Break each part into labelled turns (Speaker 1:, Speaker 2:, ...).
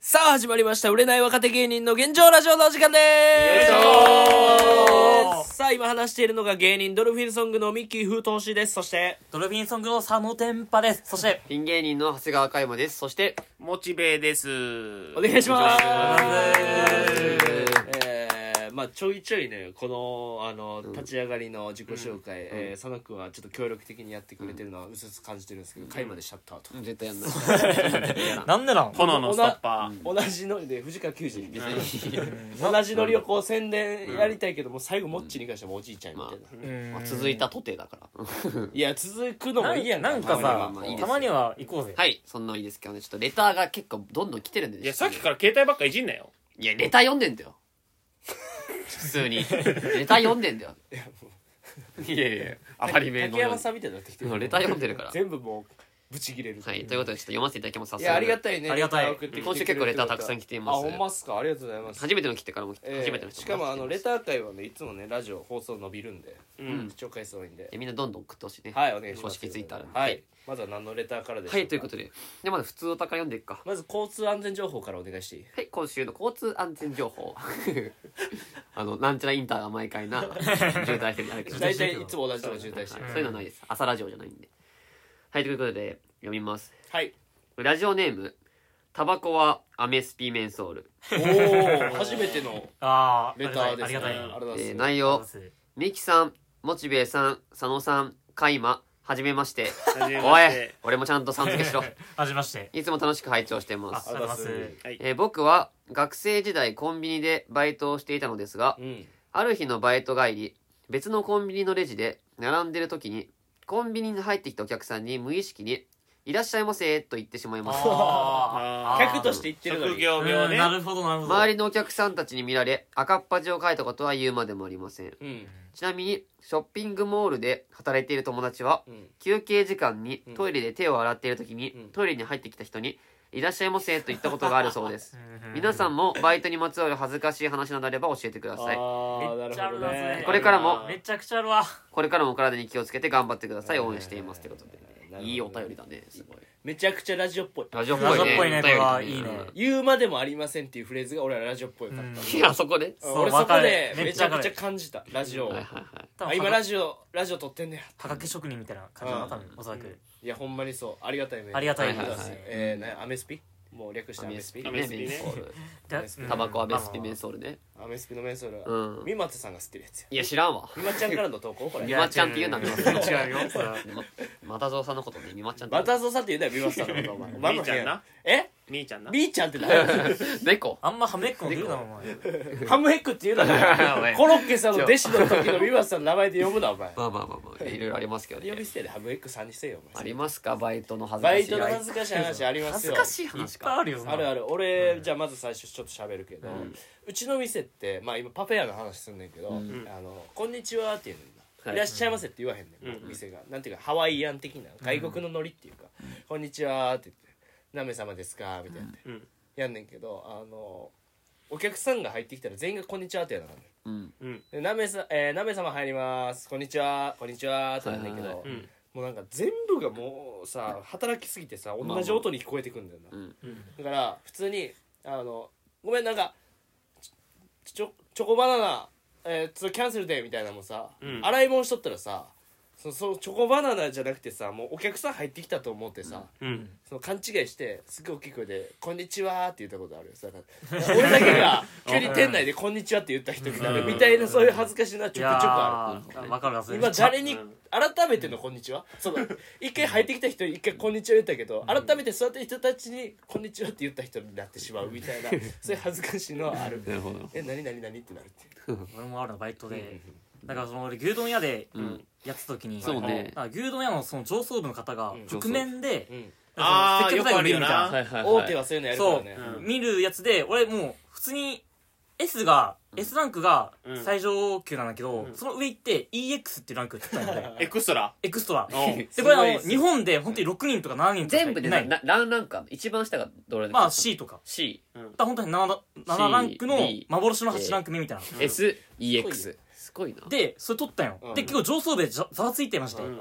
Speaker 1: さあ始まりました売れない若手芸人の現状ラジオのお時間で
Speaker 2: よいしょ
Speaker 1: すさあ今話しているのが芸人ドルフィンソングのミッキー風投資ですそして
Speaker 3: ドルフィンソングの佐野天パです。そして、
Speaker 2: ピン芸人の長谷川嘉山です。そして、
Speaker 4: モチベーです。
Speaker 1: お願いします
Speaker 2: す
Speaker 1: えーまあちょいちょいねこのあの立ち上がりの自己紹介、えー佐野君はちょっと協力的にやってくれてるのはうすうす感じてるんですけど回までシャッターと、
Speaker 2: 絶対やんな。
Speaker 3: なんでなの
Speaker 4: 炎のストッパー。
Speaker 1: 同じノリで藤川球児に同じノリをこう宣伝やりたいけども最後モッチに関してもおじいちゃんみたいな、
Speaker 2: まあ続いたとてだから。
Speaker 1: いや続くの
Speaker 3: な
Speaker 1: も
Speaker 3: ん
Speaker 1: いいやん
Speaker 3: なんか
Speaker 1: たまに
Speaker 3: さ
Speaker 1: は
Speaker 2: まあいいです
Speaker 3: たまには行こうぜ。
Speaker 2: はい、そんなんいいですけどね。ちょっとレターが結構どんどん来てるんでね。
Speaker 4: いや、さっきから携帯ばっかいじんなよ。
Speaker 2: いや、レター読んでんだよ。普通に。レター読んでんだよ。いやいや、当たり前の
Speaker 1: 竹
Speaker 2: よう
Speaker 1: 山
Speaker 2: に。
Speaker 1: さんみたいになってきて
Speaker 2: もう
Speaker 1: る
Speaker 2: レター読んでるから。
Speaker 1: 全部もうブチ切れる
Speaker 2: はい、ということでちょっと読ませていただきます。
Speaker 1: いやありが
Speaker 2: い。
Speaker 1: たいね
Speaker 3: ありがたい
Speaker 1: レター送ってきてくれる
Speaker 2: 今週結構レターたくさん来ています
Speaker 1: あほんまっすかありがとうございます
Speaker 2: 初めての来てからも来て、
Speaker 1: え
Speaker 2: 初めての
Speaker 1: ー
Speaker 2: 人
Speaker 1: しかもあのレ
Speaker 2: レ
Speaker 1: ター会はねいつもねラジオ放送伸びるんで
Speaker 4: うん。
Speaker 1: 視聴回数多いんで
Speaker 2: みんなどんどん送ってほしいね。
Speaker 1: はいお願いしま
Speaker 2: 公
Speaker 1: す
Speaker 2: 式ツイッターで。
Speaker 1: はい。まずは何のレターからでしょ
Speaker 2: はい、ということ
Speaker 1: で
Speaker 2: で。で、まず普通お宝読んでいくか。
Speaker 1: まず交通安全情報からお願いしていい
Speaker 2: はい、今週の交通安全情報。 あの、なんちゃらインターが毎回な、渋滞してるあるけど。
Speaker 1: 大体いつも同じとこ渋滞してる
Speaker 2: はいそういうのはないです。朝ラジオじゃないんで。はい、ということで、読みます。
Speaker 1: はい
Speaker 2: ラジオネーム、タバコはアメスピメンソール。
Speaker 1: おお初めての
Speaker 3: あー
Speaker 1: レターですね
Speaker 3: ありがたい。
Speaker 1: あ
Speaker 3: ありが
Speaker 1: りがとうござ
Speaker 2: えー
Speaker 1: います
Speaker 2: 内
Speaker 3: た
Speaker 2: 容、
Speaker 3: い。
Speaker 2: ミキさん、モチベイさん、佐野さん、カイマ、はじめまして。
Speaker 4: はじめ
Speaker 2: お
Speaker 4: ま
Speaker 2: い
Speaker 4: して、
Speaker 2: 俺もちゃんとさん付けしろ。
Speaker 3: はじめまして。
Speaker 2: いつも楽しく拝聴していま
Speaker 3: あ、
Speaker 2: す
Speaker 3: あ。りがとうございます。
Speaker 4: はい。
Speaker 2: えー僕は学生時代コンビニでバイトをしていたのですが
Speaker 1: う、ん
Speaker 2: ある日のバイト帰り、別のコンビニのレジで並んでる時に、コンビニに入ってきたお客さんに無意識に、いらっしゃいませと言ってしまいます。
Speaker 3: あー
Speaker 1: 客として言ってるの
Speaker 4: 職
Speaker 1: に
Speaker 4: 業病
Speaker 3: うん
Speaker 4: ね
Speaker 3: な。るほど、なるほど。
Speaker 2: 周りのお客さんたちに見られ、赤っ恥をかいたことは言うまでもありません。
Speaker 1: うん
Speaker 2: ちなみに、ショッピングモールで働いている友達は、
Speaker 1: うん
Speaker 2: 休憩時間に
Speaker 1: うん
Speaker 2: トイレで手を洗っている時に、
Speaker 1: うん
Speaker 2: トイレに入ってきた人に、いらっしゃいませと言ったことがあるそう です
Speaker 3: う。んうん
Speaker 2: 皆さんもバイトにまつわる恥ずかしい話などあれば教えてくだ
Speaker 1: あ
Speaker 2: さい。
Speaker 1: ー
Speaker 3: め
Speaker 1: な
Speaker 3: っ
Speaker 1: る
Speaker 3: ちゃあ
Speaker 1: ほ
Speaker 3: る
Speaker 1: ど
Speaker 3: わ、
Speaker 1: ね
Speaker 3: そ
Speaker 2: これからも
Speaker 3: めちゃくちゃあるわ。
Speaker 2: これからもお体に気をつけて頑張ってください。
Speaker 3: うん
Speaker 2: 応援しています。ということでね、
Speaker 1: なるほどね
Speaker 2: いいお便りだね。すごい。
Speaker 1: めちゃくちゃラジオっぽい
Speaker 2: ラジオっぽ
Speaker 3: ラ
Speaker 2: い
Speaker 3: ジ
Speaker 2: ね。
Speaker 3: オっぽいね、
Speaker 2: お
Speaker 3: こ
Speaker 2: 便り
Speaker 3: れ
Speaker 2: だ
Speaker 3: は。いいね。
Speaker 1: 言うまでもありませんっていうフレーズが俺はラジオっぽいかった、
Speaker 3: うん
Speaker 2: いや、そこで。
Speaker 3: そう
Speaker 1: 俺そこで
Speaker 3: わかる
Speaker 1: めちゃく
Speaker 3: めっ
Speaker 1: ち
Speaker 3: ち
Speaker 1: ゃ
Speaker 3: ゃ
Speaker 1: 感じたラジオを
Speaker 2: はいはいは
Speaker 1: あ
Speaker 2: い。
Speaker 1: 今ラジオラジオ撮ってんねや
Speaker 3: はがき職人みたいな感じだ
Speaker 1: う
Speaker 3: な、
Speaker 1: ん
Speaker 3: 多分、おそらく。
Speaker 1: いやほんまにそうありがたいね
Speaker 3: ありがた
Speaker 2: いね
Speaker 1: です
Speaker 2: はいはいはい
Speaker 1: えーねアメスピもう略してアメスピ
Speaker 2: ア
Speaker 4: ア
Speaker 2: メ
Speaker 4: メ
Speaker 2: ス
Speaker 4: ス
Speaker 2: ピ
Speaker 4: ピ
Speaker 2: ね
Speaker 4: ね
Speaker 2: メンソール
Speaker 3: じゃうん
Speaker 2: タバコはメスピメンソールね
Speaker 1: アメスピのメンソールは
Speaker 2: うん
Speaker 1: みまつさんが吸ってるやつや
Speaker 2: いや知らんわ
Speaker 1: みまちゃんからの投稿こ
Speaker 2: み
Speaker 1: れ
Speaker 2: まちゃんって言うなみまちゃん
Speaker 3: 違うよ。それは
Speaker 2: ままたぞうさんのことねみまちゃんって
Speaker 1: またぞさって言うなよみまつさんのことお前お前も
Speaker 4: みーちゃんな
Speaker 1: え
Speaker 4: みーちゃんな。
Speaker 1: みーちゃんって誰
Speaker 2: 猫
Speaker 3: あんまはめっこも出るな、お 前。
Speaker 1: ハムヘックって言うなよ
Speaker 2: お前
Speaker 1: コロッケさんの弟子の時のみまつさんの名前で呼ぶなお前
Speaker 2: まあまあまあまあいろいろありますけど
Speaker 1: 呼び
Speaker 2: ね
Speaker 1: 捨てでハムヘックさんにせよお
Speaker 2: あ
Speaker 1: 前
Speaker 2: りますかバイトの恥ず
Speaker 1: バ
Speaker 2: か
Speaker 1: イ
Speaker 2: しい
Speaker 1: トの恥ずかしい話あります
Speaker 2: 恥ず
Speaker 1: よ
Speaker 2: かしい
Speaker 3: いっ
Speaker 2: 話
Speaker 3: ぱい
Speaker 2: か
Speaker 3: あるよ、そんな
Speaker 1: あ
Speaker 3: の
Speaker 1: るある俺、じゃあまず最初ちょっと喋るけど、うちの店ってまあ今パフェ屋の話すんねんけど「
Speaker 2: ん
Speaker 1: あのこんにちは」って言うねんな
Speaker 2: はい
Speaker 1: いらっしゃいませって言わへんねん、
Speaker 4: うん
Speaker 1: 店がなんていうかハワイアン的な外国のノリっていうか「こんにちは」って言って「何名様ですか?」みたいな、
Speaker 4: うん。
Speaker 1: やんねんけどあのお客さんが入ってきたら全員が「こんにちは」ってやらなあかんねん
Speaker 2: うん
Speaker 4: うん。
Speaker 1: でなめさ、えー、なめ様入ります。こんにちは。こんにちは。ってなんだけ
Speaker 2: はい
Speaker 1: ど
Speaker 2: は、
Speaker 4: うん。
Speaker 1: もうなんか全部がもうさ、働きすぎてさ、同じ音に聞こえてくんだよな。
Speaker 2: うん
Speaker 1: だから普通にあのごめんなんかちちょチョコバナナえー、ちょっとキャンセルでみたいなのもさ、
Speaker 4: うん
Speaker 1: 洗い物しとったらさそそのチョコバナナじゃなくてさもうお客さん入ってきたと思ってさ、
Speaker 4: うん。
Speaker 1: その勘違いしてすっごい大きい声で「こんにちは」って言ったことあるよさ 俺だけが急に店内で「こんにちは」って言った人になるみたいなそういう恥ずかしいのはちょくちょくある。
Speaker 3: いやーわかるわ、それ。
Speaker 1: 今誰に
Speaker 4: うん
Speaker 1: 改めての「こんにちは」その一回入ってきた人に一回「こんにちは」言ったけど改めて座ってる人たちに「こんにちは」って言った人になってしまうみた いなそういう恥ずかしいのはある
Speaker 2: なるほど
Speaker 1: え何何何ってなるっていう
Speaker 3: 俺もあるのバイトでだからその俺牛丼屋で
Speaker 2: うん
Speaker 3: やってた時に、
Speaker 2: そうね
Speaker 3: なんか牛丼屋のその上層部の方が
Speaker 1: ん
Speaker 3: 直面で、
Speaker 1: うん
Speaker 3: なんか
Speaker 4: あ
Speaker 3: その
Speaker 4: ー
Speaker 3: 接客態度見るみたい
Speaker 4: よくあるよ
Speaker 3: な
Speaker 4: な
Speaker 1: 大手はそういうのやるから
Speaker 3: そう、
Speaker 1: ね
Speaker 4: うん
Speaker 3: 見るやつで俺もう普通に S が、S ランクが
Speaker 4: うん
Speaker 3: 最上級なんだけど、
Speaker 4: うん
Speaker 3: その上行って EX っていうランクを取ったんだ よね
Speaker 4: エクストラ。
Speaker 3: エクストラ
Speaker 4: お
Speaker 3: で
Speaker 4: う
Speaker 3: これあ
Speaker 1: すごい
Speaker 3: の
Speaker 1: です
Speaker 3: 日本で本当に6人とか7人とかしか
Speaker 2: 全部で
Speaker 3: いな
Speaker 2: ないなランランカー一番下がどれだっけ
Speaker 3: まあ C とか
Speaker 2: C
Speaker 3: だから本当に 7, 7ランクの
Speaker 2: B
Speaker 3: 幻の8ランク目みたいな
Speaker 2: S EX すごいな
Speaker 3: でそれ取ったんよ、
Speaker 1: うん
Speaker 3: で結構上層部でざざわついてまして、
Speaker 1: うん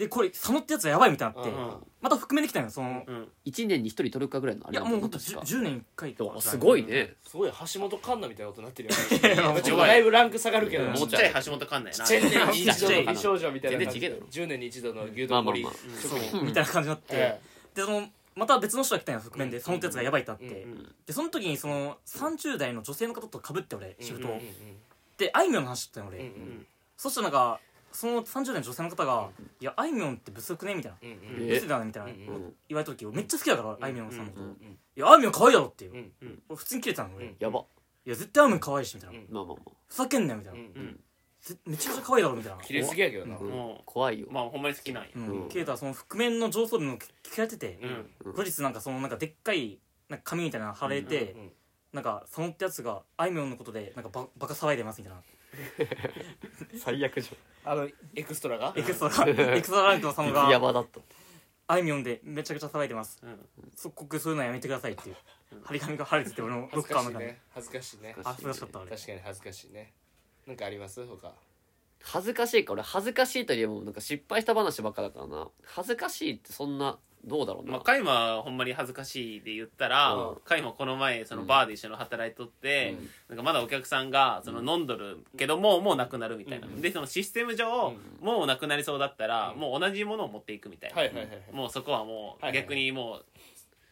Speaker 3: でこれ佐野ってやつはやばいみたいになって、
Speaker 1: うん
Speaker 3: また覆面できたんよその、い
Speaker 4: うん
Speaker 2: 1年に1人取るかぐらいのあれ
Speaker 3: やもうほんと
Speaker 2: 確
Speaker 3: 10,
Speaker 2: か
Speaker 3: 10年1回とか
Speaker 2: すごいね
Speaker 1: すごい橋本環奈みたいなことになってる よね
Speaker 4: や
Speaker 1: ちょっとだいぶランク下がるけど
Speaker 3: うん
Speaker 4: ちっちゃい橋本環奈
Speaker 1: ちっちゃい
Speaker 4: やな
Speaker 1: 年に一
Speaker 2: ちっちゃ
Speaker 1: 度
Speaker 2: い
Speaker 1: の美少女みたいな感じで
Speaker 2: 全然違えだろ
Speaker 1: 10年に一度の牛丼盛り
Speaker 2: まあま
Speaker 1: 職人
Speaker 3: みたいな感じになって、
Speaker 1: え
Speaker 3: でそのまた別の人が来たんよ覆面で、
Speaker 1: うん
Speaker 3: そのってやつがやばいってなって、
Speaker 1: うん
Speaker 3: でその時にその30代の女性の方とかぶって俺
Speaker 1: え
Speaker 3: シフ
Speaker 1: う
Speaker 3: ト
Speaker 1: んうん
Speaker 3: をであいみょんの話だったの俺、
Speaker 1: うんうん
Speaker 3: そしたらなんかその30代の女性の方が「いやあいみょんって物欲ね」みたいな
Speaker 1: うん
Speaker 3: 「
Speaker 1: うん
Speaker 2: え
Speaker 3: ブスだね」みたいな
Speaker 1: うん
Speaker 2: う
Speaker 1: うん
Speaker 2: ん
Speaker 3: 言われた時俺めっちゃ好きだからあいみょんさんのこと「
Speaker 2: う
Speaker 3: い
Speaker 2: ん
Speaker 3: やあいみょん可愛いだろ」ってい
Speaker 1: う
Speaker 3: う、
Speaker 1: んうん
Speaker 3: 俺普通に切れてたの俺、
Speaker 1: うん
Speaker 3: い
Speaker 2: やば
Speaker 3: や絶対あいみょん可愛いし」みたいな、
Speaker 1: うん
Speaker 2: まあまあま
Speaker 3: ふざけんなよ」みたいな、
Speaker 1: うん
Speaker 3: ぜめちゃくちゃ可愛いだろ」みたいな
Speaker 1: 切れすぎやけどな
Speaker 2: あ、うん
Speaker 4: もう
Speaker 2: 怖いよ、
Speaker 4: まあほんまに好きなんや
Speaker 3: うん
Speaker 2: うん
Speaker 3: 切れたらその覆面の上層部の聞かれてて、
Speaker 4: うん
Speaker 2: うん
Speaker 3: 後日なんかそのなんかでっかいなんか紙みたいなの貼られて、
Speaker 1: うんうん
Speaker 3: なんかそのってやつがあいみょんのことでなんかババカ騒いでますみたいな
Speaker 2: 最悪じ
Speaker 1: あのエクストラが
Speaker 3: エクストラエクストラランクの佐野
Speaker 2: ゃん激ヤ
Speaker 3: が
Speaker 2: バだった
Speaker 3: あいみょんでめちゃくちゃ騒いでます
Speaker 4: うん
Speaker 3: 即刻そういうのやめてくださいっていう張り紙が貼られてて俺のロ
Speaker 1: 恥
Speaker 3: ッ
Speaker 1: ず
Speaker 3: カー
Speaker 1: か
Speaker 3: の
Speaker 1: しい
Speaker 3: 中に、
Speaker 1: ね恥ずかしいね
Speaker 3: あ恥ずかしかった俺
Speaker 1: 確かに恥ずかしいねなんかあります他
Speaker 2: 恥ずかしいか俺恥ずかしいといえばもうなんか失敗した話ばっかだからな恥ずかしいってそんなどうだろう
Speaker 4: ま
Speaker 2: な、
Speaker 4: あ、カイマはほんまに恥ずかしいで言ったら、
Speaker 2: うん
Speaker 4: カイマこの前そのバーで一緒に働いとって、なんかまだお客さんがその飲んどるけどもうもうなくなるみたいな、でそのシステム上、もうなくなりそうだったら、もう同じものを持っていくみたいな、
Speaker 1: はいはいはいはい
Speaker 4: もうそこはも
Speaker 1: は
Speaker 4: う
Speaker 1: いはい
Speaker 4: 逆にも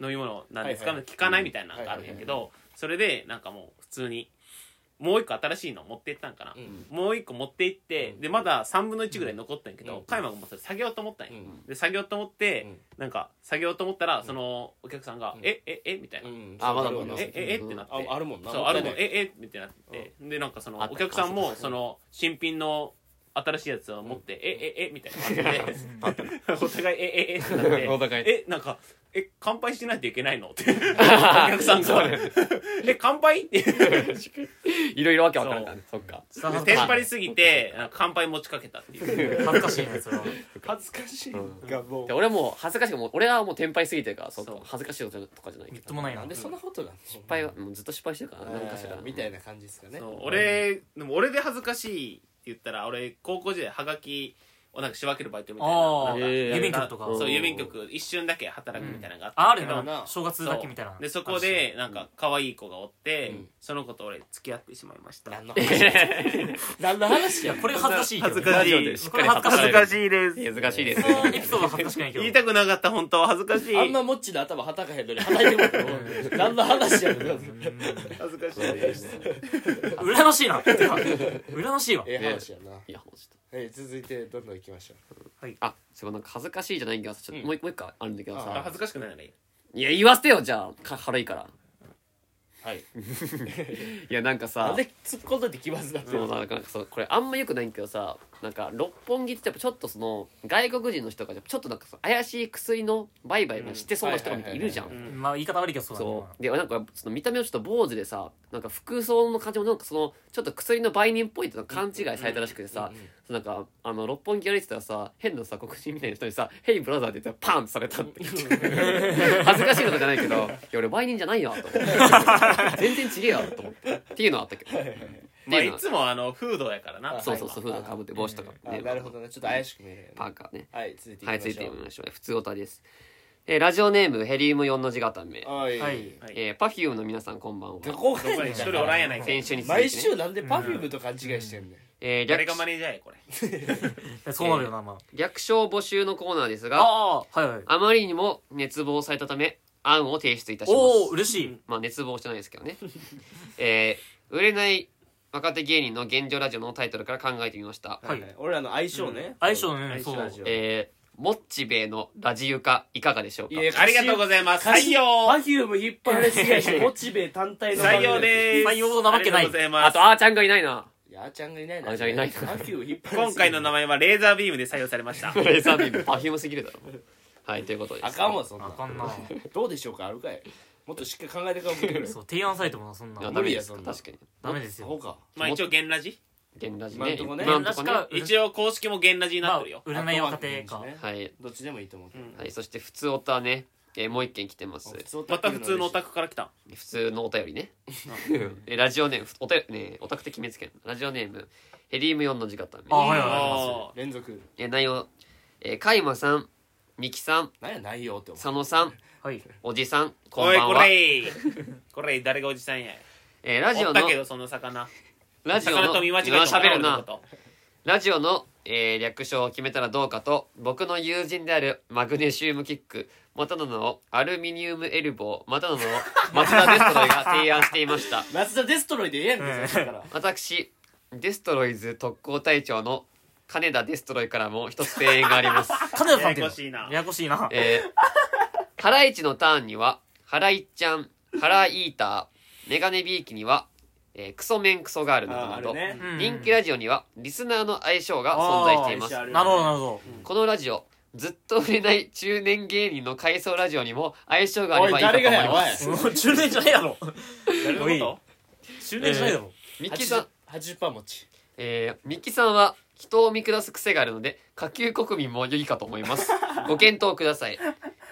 Speaker 4: う飲み物なんです
Speaker 1: は
Speaker 4: か、
Speaker 1: いはい
Speaker 4: 聞かないみたいなのがあるんやけど、それでなんかもう普通にもう一個新しいの持っていったんかな、
Speaker 1: うん
Speaker 4: もう一個持って行って、でまだ3分の1ぐらい残ったんやけ
Speaker 1: うん
Speaker 4: ど、カイマがもうそれ下げようと思ったんや、
Speaker 1: うん
Speaker 4: で下げようと思って、
Speaker 1: うん
Speaker 4: なんか下げようと思ったら、そのお客さんが
Speaker 1: う
Speaker 4: 「
Speaker 1: ん
Speaker 4: えええみたいな「
Speaker 1: うん
Speaker 2: あまだ
Speaker 1: そう
Speaker 2: まだ
Speaker 1: なるよ
Speaker 4: え
Speaker 1: ね
Speaker 4: ええってなって
Speaker 1: ああるもんな
Speaker 4: そう
Speaker 1: もっ
Speaker 4: あ
Speaker 1: た
Speaker 4: る
Speaker 1: いな
Speaker 4: も
Speaker 1: い
Speaker 4: んええみたいになって、でなんかその
Speaker 2: あった
Speaker 4: お客さん
Speaker 2: あ
Speaker 4: も
Speaker 2: った
Speaker 4: その新品の新しいやつを持って「えええみたいな感じでお互い「えええってなって「
Speaker 2: お互い
Speaker 4: えなんかえ乾杯しないといけないの?」ってお客さんが「え乾杯?」って
Speaker 2: いろいろわけわからんからねそっか
Speaker 3: 下
Speaker 4: で
Speaker 3: 恥
Speaker 4: テ
Speaker 3: ず
Speaker 4: ン
Speaker 3: か
Speaker 4: パりすぎてあの乾杯持ちかけたっていう。
Speaker 3: 恥ずかしいねそれは
Speaker 1: 恥ずかしいがも
Speaker 2: で俺もう恥ずかしくもう俺はもうテンパりすぎてるからそっか
Speaker 4: そう
Speaker 2: 恥ずかしいこととかじゃない
Speaker 3: み
Speaker 2: け
Speaker 3: っ
Speaker 2: ど
Speaker 3: ともない
Speaker 1: な
Speaker 3: なん
Speaker 1: でそんなことなの
Speaker 2: 失敗はもうずっと失敗してるから
Speaker 1: あ
Speaker 2: な何かしら
Speaker 1: ーみたいな感じですかね
Speaker 4: そう俺でも俺で恥ずかしいって言ったら俺高校時代はがきをなんか仕分けるバイトみたいな
Speaker 3: ああ
Speaker 4: なんか
Speaker 2: へー
Speaker 3: 郵便局とか
Speaker 4: そう
Speaker 2: うん
Speaker 4: 郵便局一瞬だけ働くみたいなのが
Speaker 3: あ
Speaker 4: あった
Speaker 3: る
Speaker 4: け
Speaker 1: う
Speaker 4: ど
Speaker 1: ん
Speaker 3: な正月だけみたいな
Speaker 4: でそこでなんか可愛い子がおって、
Speaker 1: うん
Speaker 4: その子と俺付き合ってしまいました
Speaker 1: 何の話何の話や
Speaker 3: これが恥ずかしいけど
Speaker 4: 恥ずかしい
Speaker 3: ラジオでしっかり
Speaker 2: 恥ずかし
Speaker 4: いです
Speaker 2: 恥ずかしいです
Speaker 3: このエピソードは恥ずかしくないけど
Speaker 4: 言いたくなかった本当恥ずかしい
Speaker 1: あんまモッチの頭はたかへんのにはたいてもらう何の話やねん
Speaker 4: 恥ずかしいです
Speaker 3: 羨ましいなてか羨ましいわ
Speaker 1: ええ話やな、
Speaker 2: いやもうちょっ
Speaker 1: え続いてどんどん行きましょう
Speaker 2: とあすごいなんか恥ずかしいじゃないけどさちょっともう一個もう一個あるんだけど
Speaker 4: あ
Speaker 2: さ
Speaker 4: 恥ずかしくないならいい
Speaker 2: いや言わせてよじゃあか軽いから
Speaker 1: はい
Speaker 2: いやなんかさ
Speaker 1: なんで突っ込んどいて気まずなって
Speaker 2: そ
Speaker 1: る
Speaker 2: う
Speaker 1: の
Speaker 2: なんかなんかそうこれあんまよくないんけどさなんか六本木ってやっぱちょっとその外国人の人がちょっとなんかその怪しい薬の売買がしてそうな人がいるじゃ
Speaker 1: うん
Speaker 2: ん。
Speaker 4: ん
Speaker 3: まあ言い方悪いけどそうだね
Speaker 2: そうでなんかその見た目をちょっと坊主でさなんか服装の感じもなんかそのちょっと薬の売人っぽいと勘違いされたらしくてさ、そうなんかあの六本木歩いてたらさ変なさ黒人みたいな人にさ「ヘイブラザー」って言ったらパンってされたって 恥ずかしいとかじゃないけどいや俺売人じゃないよ と思って全然違えよと思ってっていうのはあったけど
Speaker 4: まあ
Speaker 2: っていうの
Speaker 4: い
Speaker 2: は
Speaker 4: つもあのフードやからな
Speaker 2: そうそうそうフ
Speaker 1: はい
Speaker 2: ードかぶって帽子とか
Speaker 1: あなるほどねちょっと怪しく見えるよね
Speaker 2: パーカーね
Speaker 1: はい続いて
Speaker 2: はい
Speaker 1: い
Speaker 2: 続いて
Speaker 1: き
Speaker 2: 読
Speaker 1: ま
Speaker 2: み
Speaker 1: し
Speaker 2: ましょう普通オタです、えーラジオネームヘリウム4の字固め
Speaker 1: ょうはい、
Speaker 3: は
Speaker 1: はいい、
Speaker 4: はい
Speaker 2: えー、パフュームの皆さんこんばんは
Speaker 1: どこ
Speaker 4: どこ
Speaker 1: が
Speaker 4: に
Speaker 1: や
Speaker 4: 一
Speaker 1: ね
Speaker 4: 人
Speaker 1: ん
Speaker 4: おらんやないか
Speaker 2: 先週に続いて、
Speaker 1: 毎
Speaker 2: ね、
Speaker 1: 週なんでパフュームと勘違いしてんねん
Speaker 2: えー
Speaker 4: 誰
Speaker 2: 略
Speaker 4: がマネージャーやこれ
Speaker 3: えそうなるよなまあ
Speaker 2: 略称募集のコーナーですがあ
Speaker 3: ああはいはい
Speaker 2: まりにも熱望されたため案を提出いたします
Speaker 3: おお嬉しい
Speaker 2: まあ熱望してないですけどね えー、売れない若手芸人の現状ラジオのタイトルから考えてみました、
Speaker 3: はい
Speaker 1: 俺らの相性ね、
Speaker 3: 相性のね
Speaker 1: 相
Speaker 3: そう
Speaker 1: 性ラジオ
Speaker 2: えー、モッチベイのラジユカいかがでしょうか
Speaker 1: いや
Speaker 4: ありがとうございます採用
Speaker 1: パフ ューム引っ張れすぎやしモチベ単体の
Speaker 4: 採用でーす
Speaker 3: 採用なわけない
Speaker 4: ありがとうござい
Speaker 2: あ
Speaker 4: ます
Speaker 2: とあーちゃんがいないない
Speaker 1: やあーちゃんがいないな
Speaker 2: あーちゃんいないな
Speaker 1: パフューム引っ張れ
Speaker 4: 今回の名前はレーザービームで採用されました
Speaker 2: プレイサービームパフュームすぎるだろ はいということです
Speaker 1: あかんわそんな
Speaker 3: あかんな
Speaker 1: どうでしょうかあるかいもっとしっかり考えてから送ってくれ
Speaker 3: そう提案されてもなそんない
Speaker 2: や
Speaker 1: 無
Speaker 2: ダ
Speaker 1: 理
Speaker 2: メ
Speaker 1: や
Speaker 2: で
Speaker 1: そ
Speaker 2: す
Speaker 1: ん
Speaker 2: か
Speaker 1: な
Speaker 2: 確かに
Speaker 3: ダメですよ
Speaker 1: そうか
Speaker 4: まあ一応現ラジ
Speaker 2: 現ラジ
Speaker 1: 今
Speaker 2: ね
Speaker 1: んとこね
Speaker 2: 今んとこね
Speaker 3: 現ラジか
Speaker 4: 一応公式も現ラジになってるよ、
Speaker 3: まあ、占い若手か
Speaker 2: はい、
Speaker 1: どっちでもいいと思う
Speaker 4: うん
Speaker 2: はい、そして普通オタね、えーもう一件来てます
Speaker 1: 普通オタ
Speaker 4: ま
Speaker 1: って
Speaker 4: た
Speaker 1: いう
Speaker 4: 普
Speaker 1: は
Speaker 4: 通のオタクから来たん
Speaker 2: 普通のお便りね えーラジオネームおたねオタク的決めつけラジオネームヘリウム4の字型
Speaker 3: あはい
Speaker 4: あ
Speaker 3: はい
Speaker 4: ー
Speaker 1: 連続
Speaker 2: えー内容えー、カイマさん、ミキさん、
Speaker 1: 何や内容って思う
Speaker 2: 佐野さん、
Speaker 3: はい
Speaker 2: おじさん、こ
Speaker 4: お
Speaker 2: ん
Speaker 4: い
Speaker 2: ばん
Speaker 4: こ
Speaker 2: は。
Speaker 4: れこれ誰がおじさんや
Speaker 2: えー、ラジ
Speaker 4: お
Speaker 2: オ
Speaker 4: っ
Speaker 2: の
Speaker 4: た、けどその魚
Speaker 2: ラジオ
Speaker 4: 魚
Speaker 2: の、
Speaker 4: と見間違え
Speaker 2: うわ
Speaker 4: た
Speaker 2: 喋るな
Speaker 4: 俺の。こ
Speaker 2: ラジオの、えー略称を決めたらどうかと僕の友人であるマグネシウムキックまたの名をアルミニウムエルボーまたの名を松田デストロイが提案していました
Speaker 1: 松田デストロイでええやんけ
Speaker 3: う
Speaker 1: そ
Speaker 3: ん
Speaker 1: したら
Speaker 2: 私デストロイズ特攻隊長の金田デストロイからも一つ提案があり ます、
Speaker 3: 金田さんってうの
Speaker 4: ややこしいな
Speaker 3: ややこしいな
Speaker 2: えー、ハライチのターンにはハライちゃんハライーターメガネビーキには、えークソメンクソガール
Speaker 1: あー
Speaker 2: な
Speaker 1: あ
Speaker 2: ど
Speaker 1: る
Speaker 2: など
Speaker 1: ね
Speaker 3: うん
Speaker 2: 人気ラジオにはリスナーの相性が存在しています
Speaker 1: ある
Speaker 3: なるほどなるほ
Speaker 2: このラジオ、ずっと売れない中年芸人の回想ラジオにも相性があればいいかと
Speaker 1: 誰
Speaker 2: 思
Speaker 1: が
Speaker 2: い
Speaker 1: や
Speaker 2: ま
Speaker 1: お
Speaker 2: す。
Speaker 1: い
Speaker 3: どもう中年じゃないやろ
Speaker 4: 誰の
Speaker 3: おい
Speaker 4: こと
Speaker 3: 中年じゃないだろ
Speaker 2: ミッキーさん、
Speaker 1: 80%持ち
Speaker 2: えー、ミッキーさんは人を見下す癖があるので、下級国民も良いかと思い ます。ご検討ください。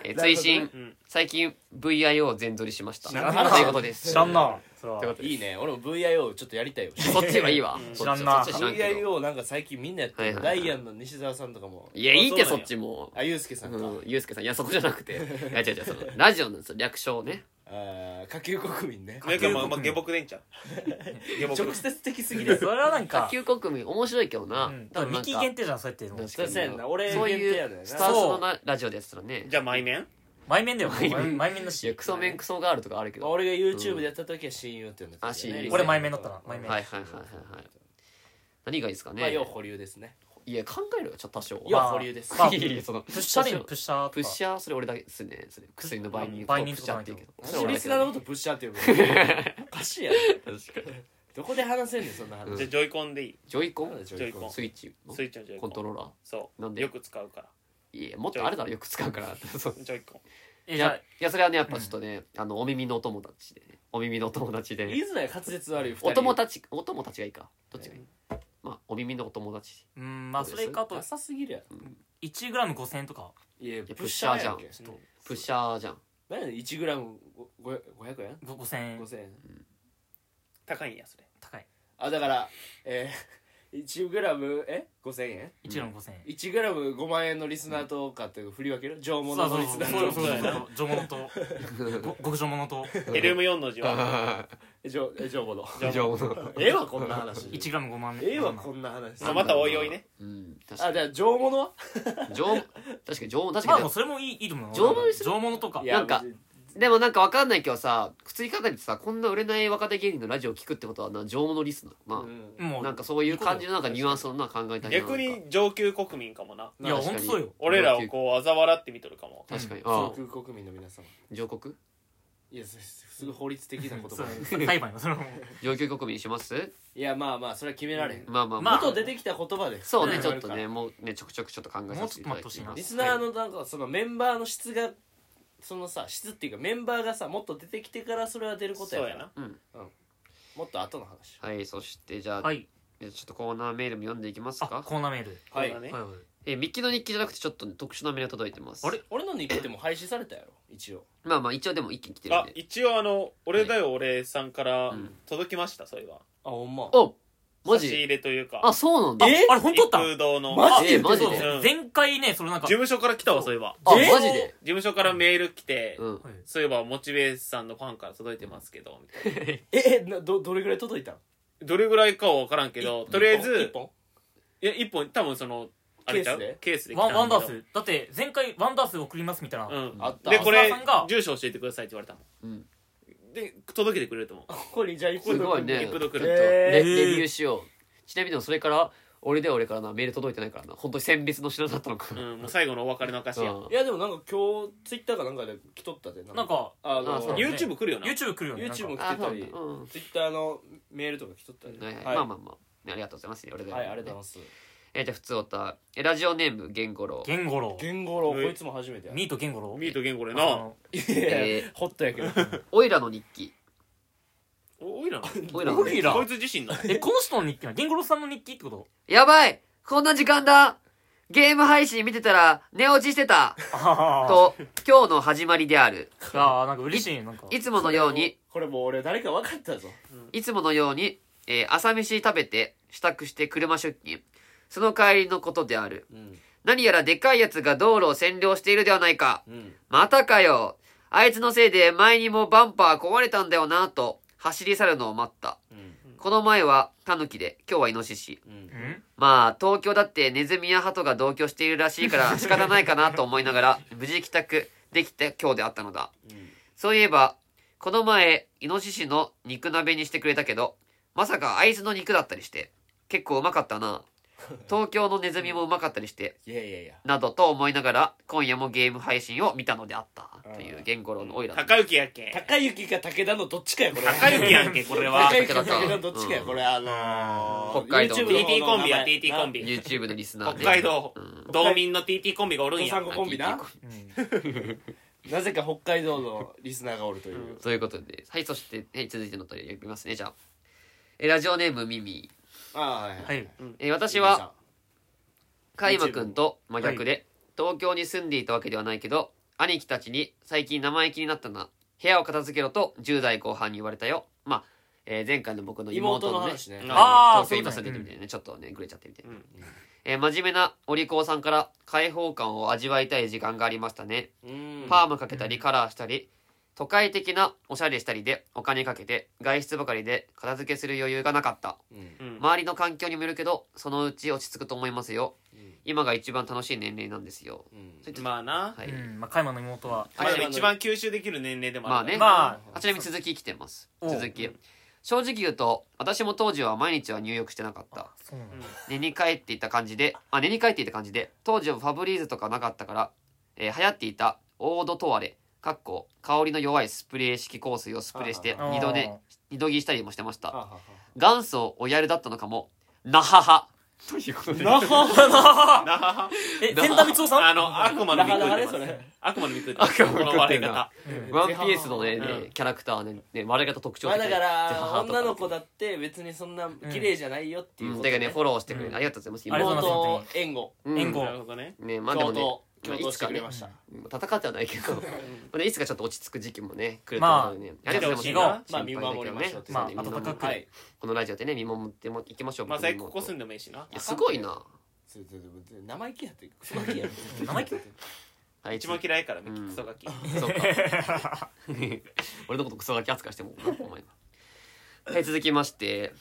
Speaker 2: えー、
Speaker 1: なる
Speaker 2: 追
Speaker 1: ほどね
Speaker 2: 伸、
Speaker 4: うん
Speaker 2: 最近 VIO 全撮りしました。と
Speaker 1: 知らん
Speaker 3: な
Speaker 2: いうことです。
Speaker 3: 知らんなそれ
Speaker 2: というこ
Speaker 3: は
Speaker 2: とです
Speaker 1: いいね俺も VIO ちょっとやりたいよ
Speaker 2: そっちはいいわ。
Speaker 4: うん
Speaker 2: そ
Speaker 3: 知
Speaker 2: っ
Speaker 3: ら
Speaker 2: ち
Speaker 3: ん
Speaker 2: そ
Speaker 3: な
Speaker 2: っちは知らんけど。
Speaker 1: VIO なんか最近みんなやってる、
Speaker 2: はいはいはい
Speaker 1: ダイアンの西澤さんとかも
Speaker 2: いや、いいって
Speaker 4: あそ
Speaker 2: そうっ
Speaker 4: なんや
Speaker 2: ちも。
Speaker 1: あゆうすけさんか、
Speaker 2: うん、ゆうすけさん、いや、そこじゃなくて。いや、違う違う、その、ラジオなんですよ、略称ね。
Speaker 1: あー下級国民ね
Speaker 4: なんかまあまあ下僕でんちゃう下僕
Speaker 1: 直接的すぎる
Speaker 3: それはなん
Speaker 2: 下
Speaker 3: か
Speaker 2: 級国民、面白いけどな。
Speaker 3: うん
Speaker 2: 多
Speaker 3: 多
Speaker 2: 分
Speaker 3: 分
Speaker 2: な
Speaker 3: ミ
Speaker 2: んか
Speaker 3: キ限定じゃんそうやっての
Speaker 2: 確か
Speaker 1: そう
Speaker 2: に
Speaker 1: そうやんな俺
Speaker 2: そう
Speaker 1: 限定
Speaker 2: い
Speaker 1: やねん
Speaker 2: う
Speaker 1: な
Speaker 2: スタンスのなラジオですらね
Speaker 4: じゃあマイメン
Speaker 3: 前面だよ
Speaker 2: 前面
Speaker 3: 前面だ
Speaker 2: いや
Speaker 3: し
Speaker 2: クソメンクソガールとかあるけどはい
Speaker 1: 俺が YouTube でやった時は親友って呼んでたんだよね、
Speaker 2: あ親友
Speaker 3: 俺前面だったな前面
Speaker 2: はいはいはいはい何がいいですかね、
Speaker 1: まあ要保留ですね
Speaker 2: いや考えるよちょっと多少
Speaker 1: 要
Speaker 3: や
Speaker 1: は保留です
Speaker 3: まあ
Speaker 2: いやい やその
Speaker 3: プッシャーでいいのプッシャーとか
Speaker 2: プッシャーそれ俺だけですねそれ薬の売人
Speaker 3: 売人
Speaker 2: プッシャーって言うけ
Speaker 1: なん
Speaker 2: ど
Speaker 1: でリスナーのことブッシャーって呼ぶのおかしいやろどこで話せんねんそんな話、
Speaker 4: じゃあジョイコンでいい
Speaker 2: ジョイコ
Speaker 1: なんだ
Speaker 2: ン
Speaker 1: ジョイコン
Speaker 2: スイッチの
Speaker 4: スイッチのジョイコ
Speaker 2: コ
Speaker 4: ン
Speaker 2: ントローラ
Speaker 4: そう
Speaker 2: なんで
Speaker 4: よく使うから
Speaker 2: ーいやもっとあれだろよく使うからそう
Speaker 4: ジョイコン
Speaker 3: え
Speaker 2: い
Speaker 3: じゃ
Speaker 2: やいやそれはねやっぱちょっとね、あのお耳のお友達でねお耳のお友達で、
Speaker 1: 言いづらい滑舌悪い二人
Speaker 2: お友達お友達がいいかどっちがいい、まあお耳のお友達
Speaker 3: うんまあそれかあと
Speaker 1: ダサすぎるやろ
Speaker 3: 1グラム5000円とか
Speaker 1: いや
Speaker 2: や
Speaker 1: プッシャーやんけ
Speaker 2: プッシャーじゃんプッシャーじゃん
Speaker 1: 何やねん 1g500 円
Speaker 3: ご5000円
Speaker 1: 5000円
Speaker 4: 高いんやそれ
Speaker 3: 高い
Speaker 1: あだからえー、1g え5000円
Speaker 3: 1グラム5000円
Speaker 1: 1g5 万円のリスナーとかって振り分ける上
Speaker 3: そう
Speaker 1: 物
Speaker 3: そ
Speaker 1: の
Speaker 3: う
Speaker 1: リスナ
Speaker 3: そう
Speaker 1: ー
Speaker 3: そ
Speaker 1: と
Speaker 3: うそうそう上物とご極上物と
Speaker 4: ヘリウム4の字は
Speaker 1: 上え上物
Speaker 4: じゃあ
Speaker 2: 情報
Speaker 1: ええわこんな話
Speaker 3: 1グラム5万円
Speaker 1: ええわこんな話
Speaker 4: まあまたおいおいね
Speaker 2: うん確か
Speaker 1: あ
Speaker 2: に
Speaker 1: じゃあ上物は
Speaker 2: 情確かに情報確
Speaker 3: まあ
Speaker 2: か
Speaker 3: も
Speaker 2: に
Speaker 3: うそれもいいいいと思うな
Speaker 2: 上物にする
Speaker 3: 上物とか
Speaker 1: いや
Speaker 2: なんかでもなんかわかんないけどさ普通に考えてさこんな売れない若手芸人のラジオ聞くってことはな情報のリスナー
Speaker 1: う
Speaker 2: な、
Speaker 1: ん
Speaker 3: もう
Speaker 2: なんかそういう感じのなんかニュアンスのな考えたり
Speaker 4: 逆に上級国民かもない
Speaker 3: や
Speaker 2: 確か
Speaker 3: ほ
Speaker 2: に
Speaker 3: んとそうよ
Speaker 4: 俺らをこう嘲笑ってみとるかも
Speaker 2: 確かに
Speaker 3: うん
Speaker 2: ああ
Speaker 1: 航空国民の皆様
Speaker 2: 上国
Speaker 1: いやすすごい法律的な こと
Speaker 3: そ
Speaker 1: も
Speaker 3: う裁判よそれも
Speaker 2: 上級国民します
Speaker 1: いやまあまあそれは決められへん
Speaker 2: まあまあま
Speaker 3: ま
Speaker 2: あ、
Speaker 3: あ
Speaker 1: 元出てきた言葉で
Speaker 2: そうね
Speaker 3: うん
Speaker 2: ちょっとねもうねちょくちょくちょっと考えさせていただいています
Speaker 1: リスナーのなんかそのメンバーの質がそのさ質っていうかメンバーがさもっと出てきてからそれは出ることや
Speaker 4: そう
Speaker 1: から
Speaker 4: やな
Speaker 1: もっと後の話
Speaker 2: はいそしてじゃあ、
Speaker 3: はい
Speaker 2: えちょっとコーナーメールも読んでいきます
Speaker 3: あ
Speaker 2: か
Speaker 3: コーナーメール
Speaker 1: はい
Speaker 4: こ
Speaker 3: は
Speaker 4: れが
Speaker 3: い
Speaker 4: ね
Speaker 3: はい
Speaker 2: えミッキーの日記じゃなくてちょっと特殊なメールが届いてます
Speaker 3: あれ
Speaker 1: 俺の日記ってもう廃止されたやろ一応
Speaker 2: まあまあ一応でも一気に来てるん
Speaker 4: あ
Speaker 2: で
Speaker 4: 一応あの「俺だよ俺」さんから
Speaker 2: うん
Speaker 4: 届きましたそれは
Speaker 1: あほんま
Speaker 2: おマ
Speaker 4: 差し入
Speaker 2: ジ
Speaker 4: れというか
Speaker 2: あそうなんだ
Speaker 1: え
Speaker 3: あれ本当だった
Speaker 4: 一風堂の
Speaker 1: マジ
Speaker 2: えマジ
Speaker 3: そう
Speaker 2: で
Speaker 4: うん
Speaker 3: 前回ねそのなんか
Speaker 4: 事務所から来たわそういえば
Speaker 2: あ
Speaker 1: え
Speaker 2: マジで
Speaker 4: 事務所からメール来て
Speaker 2: うん
Speaker 3: はい
Speaker 4: そういえばモチベーさんのファンから届いてますけどみたいな
Speaker 1: えなどどれぐらい届いたん
Speaker 4: どれぐらいかは分からんけどとりあえ
Speaker 1: 1
Speaker 4: ず
Speaker 1: 本
Speaker 4: いや1本多分そのあれちゃうケースで来た
Speaker 3: ワ
Speaker 4: ん
Speaker 3: ンワンダ
Speaker 4: だけど
Speaker 3: ースだって前回ワンダース送りますみたいな、
Speaker 4: うん
Speaker 1: あった
Speaker 4: でこれ
Speaker 3: 浅田さんが
Speaker 4: 住所教えてくださいって言われたもん、
Speaker 2: うん
Speaker 4: で届けてくれると思う
Speaker 1: ここにじゃあ一本
Speaker 2: すごいね
Speaker 4: 一歩どこ
Speaker 2: ちょっ
Speaker 4: ろ
Speaker 2: と
Speaker 4: か
Speaker 2: レ
Speaker 1: え
Speaker 2: レ
Speaker 1: ー
Speaker 2: ビューしようちなみにでもそれから俺で俺からなメール届いてないからな本当に選別の品だったのか、
Speaker 4: うん、もう最後のお別れの証や、
Speaker 2: うん
Speaker 1: いやでもなんか今日ツイッターかなんかで来とったで
Speaker 3: なんか
Speaker 1: あ
Speaker 2: あそう
Speaker 1: の
Speaker 2: ね
Speaker 4: YouTube 来るよな
Speaker 3: YouTube 来るよね
Speaker 1: YouTube も
Speaker 3: なんか
Speaker 1: 来てたり
Speaker 2: あそうなんだうん
Speaker 1: ツイッターのメールとか来とったで
Speaker 2: はいはい
Speaker 1: はい
Speaker 2: まあまあまあねありがとうございますね俺で
Speaker 1: はいありがとうございます
Speaker 2: えーじゃあ普通おたえラジオネームゲンゴロウ
Speaker 3: ゲンゴロウ
Speaker 1: ゲンゴロウこいつも初めてや
Speaker 3: ミートゲンゴロウ
Speaker 4: ミートゲンゴレ
Speaker 3: あ
Speaker 4: な
Speaker 3: の
Speaker 1: いやいや
Speaker 2: えー
Speaker 1: ホットやけど
Speaker 2: オイラの日記
Speaker 4: おおいらな
Speaker 2: オイラの
Speaker 3: オ
Speaker 2: 日
Speaker 3: イ
Speaker 2: 記
Speaker 3: ラ
Speaker 4: こいつ自身の
Speaker 3: えこの人の日記なのゲンゴロウさんの日記ってこと
Speaker 2: やばいこんな時間だゲーム配信見てたら寝落ちしてた
Speaker 3: あ
Speaker 2: と今日の始まりである
Speaker 3: ーあーなんか嬉しいねなんか
Speaker 2: いつものように
Speaker 1: これもう俺誰か分かったぞ
Speaker 2: いつものように、えー朝飯食べて支度して車出勤その帰りのことである何やらでかいやつが道路を占領しているではないか。
Speaker 1: うん
Speaker 2: またかよ。あいつのせいで前にもバンパー壊れたんだよな、と走り去るのを待った。
Speaker 1: うん
Speaker 2: この前はタヌキで、今日はイノシシ。
Speaker 1: うん
Speaker 3: うん
Speaker 2: まあ、東京だってネズミやハトが同居しているらしいから仕方ないかなと思いながら、 無事帰宅できて今日であったのだ。
Speaker 1: うん
Speaker 2: そういえば、この前、イノシシの肉鍋にしてくれたけど、まさかあいつの肉だったりして、結構うまかった な。東京のネズミもうまかったりして、
Speaker 1: いやいやいや
Speaker 2: などと思いながら、今夜もゲーム配信を見たのであった。という、ゲンゴロウのオイラの。
Speaker 4: 高幸やっけ
Speaker 1: 高雪か武田のどっちかやこれ
Speaker 4: 高幸やんけこれは
Speaker 1: 高雪か武田のどっちかやこれあのー
Speaker 2: 北海道
Speaker 1: YouTube の方
Speaker 4: TT コ
Speaker 1: の名前
Speaker 4: ンビや TT コンビ
Speaker 2: YouTube のリスナーで。
Speaker 4: 北海道
Speaker 2: うん
Speaker 4: 道民の TT コンビがおるん
Speaker 1: 登山
Speaker 4: や
Speaker 1: コンビななぜか北海道のリスナーがおるという、
Speaker 2: ということで、はい、そして、はい、続いてのとりますね、じゃあ。え、ラジオネームミミ。
Speaker 1: ああはい、
Speaker 3: はい
Speaker 2: え、私は、海馬くんと真逆で、東京に住んでいたわけではないけど、兄貴たちに最近生意気になったな。部屋を片付けろと10代後半に言われたよ。まあ、えー前回の僕の妹
Speaker 1: 妹の
Speaker 2: のね、
Speaker 1: 話ね
Speaker 2: あ
Speaker 3: あー
Speaker 2: 東京今
Speaker 3: そ
Speaker 2: 住
Speaker 3: うんだ
Speaker 2: で
Speaker 3: ね
Speaker 2: るみたいなね、ちょっとね、ぐれちゃってみたいな。
Speaker 4: うん
Speaker 2: えー真面目なお利口さんから開放感を味わいたい時間がありましたね。
Speaker 1: うん
Speaker 2: パーマかけたりカラーしたり、都会的なおしゃれしたりでお金かけて外出ばかりで片付けする余裕がなかった。
Speaker 1: うん
Speaker 4: うん
Speaker 2: 周りの環境にもよるけどそのうち落ち着くと思いますよ、今が一番楽しい年齢なんですよ
Speaker 1: うん
Speaker 2: それと
Speaker 4: まあな
Speaker 2: はい、
Speaker 3: うんまあ加山の妹は
Speaker 4: まあでも一番吸収できる年齢でもあるから
Speaker 2: ま
Speaker 3: まあ
Speaker 2: あちなみに続き来てます
Speaker 3: お
Speaker 2: 続き正直言うと私も当時は毎日は入浴してなかった
Speaker 3: そうなんだ
Speaker 2: 寝に帰っていた感じであ寝に帰っていた感じで当時はファブリーズとかなかったから、えー流行っていたオードトワレかっこ香りの弱いスプレー式香水をスプレーして
Speaker 1: あ
Speaker 3: ー
Speaker 2: 二度寝二度着したりもしてまし
Speaker 1: は
Speaker 2: た
Speaker 1: はは
Speaker 2: 元祖おやるだったのかもなははということで
Speaker 1: なは
Speaker 4: なはは
Speaker 3: え千田光夫さん
Speaker 4: あの悪魔の見
Speaker 1: なかなかね
Speaker 4: 食
Speaker 1: そ
Speaker 4: い
Speaker 1: れ
Speaker 4: て悪魔の見食いて
Speaker 2: 悪魔の御食いてんな
Speaker 4: この笑い方
Speaker 3: うん
Speaker 2: ワンピースのね、
Speaker 4: うん
Speaker 2: ねキャラクターね、ね丸型特徴
Speaker 1: まあ
Speaker 2: 的
Speaker 1: だから女の
Speaker 2: 子
Speaker 1: 子だって別にそんな綺麗じゃないよっていううこ
Speaker 2: ん、
Speaker 1: と
Speaker 2: だ
Speaker 1: ね
Speaker 2: からね、フォローしてくれて、
Speaker 3: うん
Speaker 2: ありがとうございます。
Speaker 3: ありがとうござ
Speaker 1: 妹
Speaker 3: い
Speaker 1: 援護
Speaker 2: うん
Speaker 3: 援護
Speaker 4: なるほどね
Speaker 2: ね、まあでも
Speaker 1: 共
Speaker 2: ね、
Speaker 1: 闘
Speaker 2: まあ
Speaker 1: 共闘してくれました
Speaker 2: 戦ってはないけど、まあねいつかちょっと落ち着く時期もね、来ると
Speaker 3: まあ
Speaker 2: 思うのでね。ありがとうござい
Speaker 4: 来てほ
Speaker 2: ま
Speaker 4: し
Speaker 2: す。
Speaker 1: まあ見
Speaker 2: 心
Speaker 1: 守
Speaker 2: 配
Speaker 1: り
Speaker 2: だ
Speaker 1: ま
Speaker 2: け
Speaker 1: しょう
Speaker 2: どね
Speaker 1: という
Speaker 3: まあ
Speaker 2: そうね
Speaker 3: 温かく
Speaker 1: はい
Speaker 2: このラジオでね、見守ってもいきましょう。
Speaker 4: まあ最
Speaker 2: 僕
Speaker 4: 高
Speaker 2: も
Speaker 4: ここ住んでもいいしない
Speaker 2: やすごいな。
Speaker 1: ちょちょちょ生意気やって生意気やって
Speaker 3: 生意気
Speaker 2: はい、
Speaker 4: 一番嫌いからミキ
Speaker 2: うん
Speaker 4: クソガキ
Speaker 2: そうか。 俺のことクソガキ扱いしても、なんかお前な。はい、 続きまして、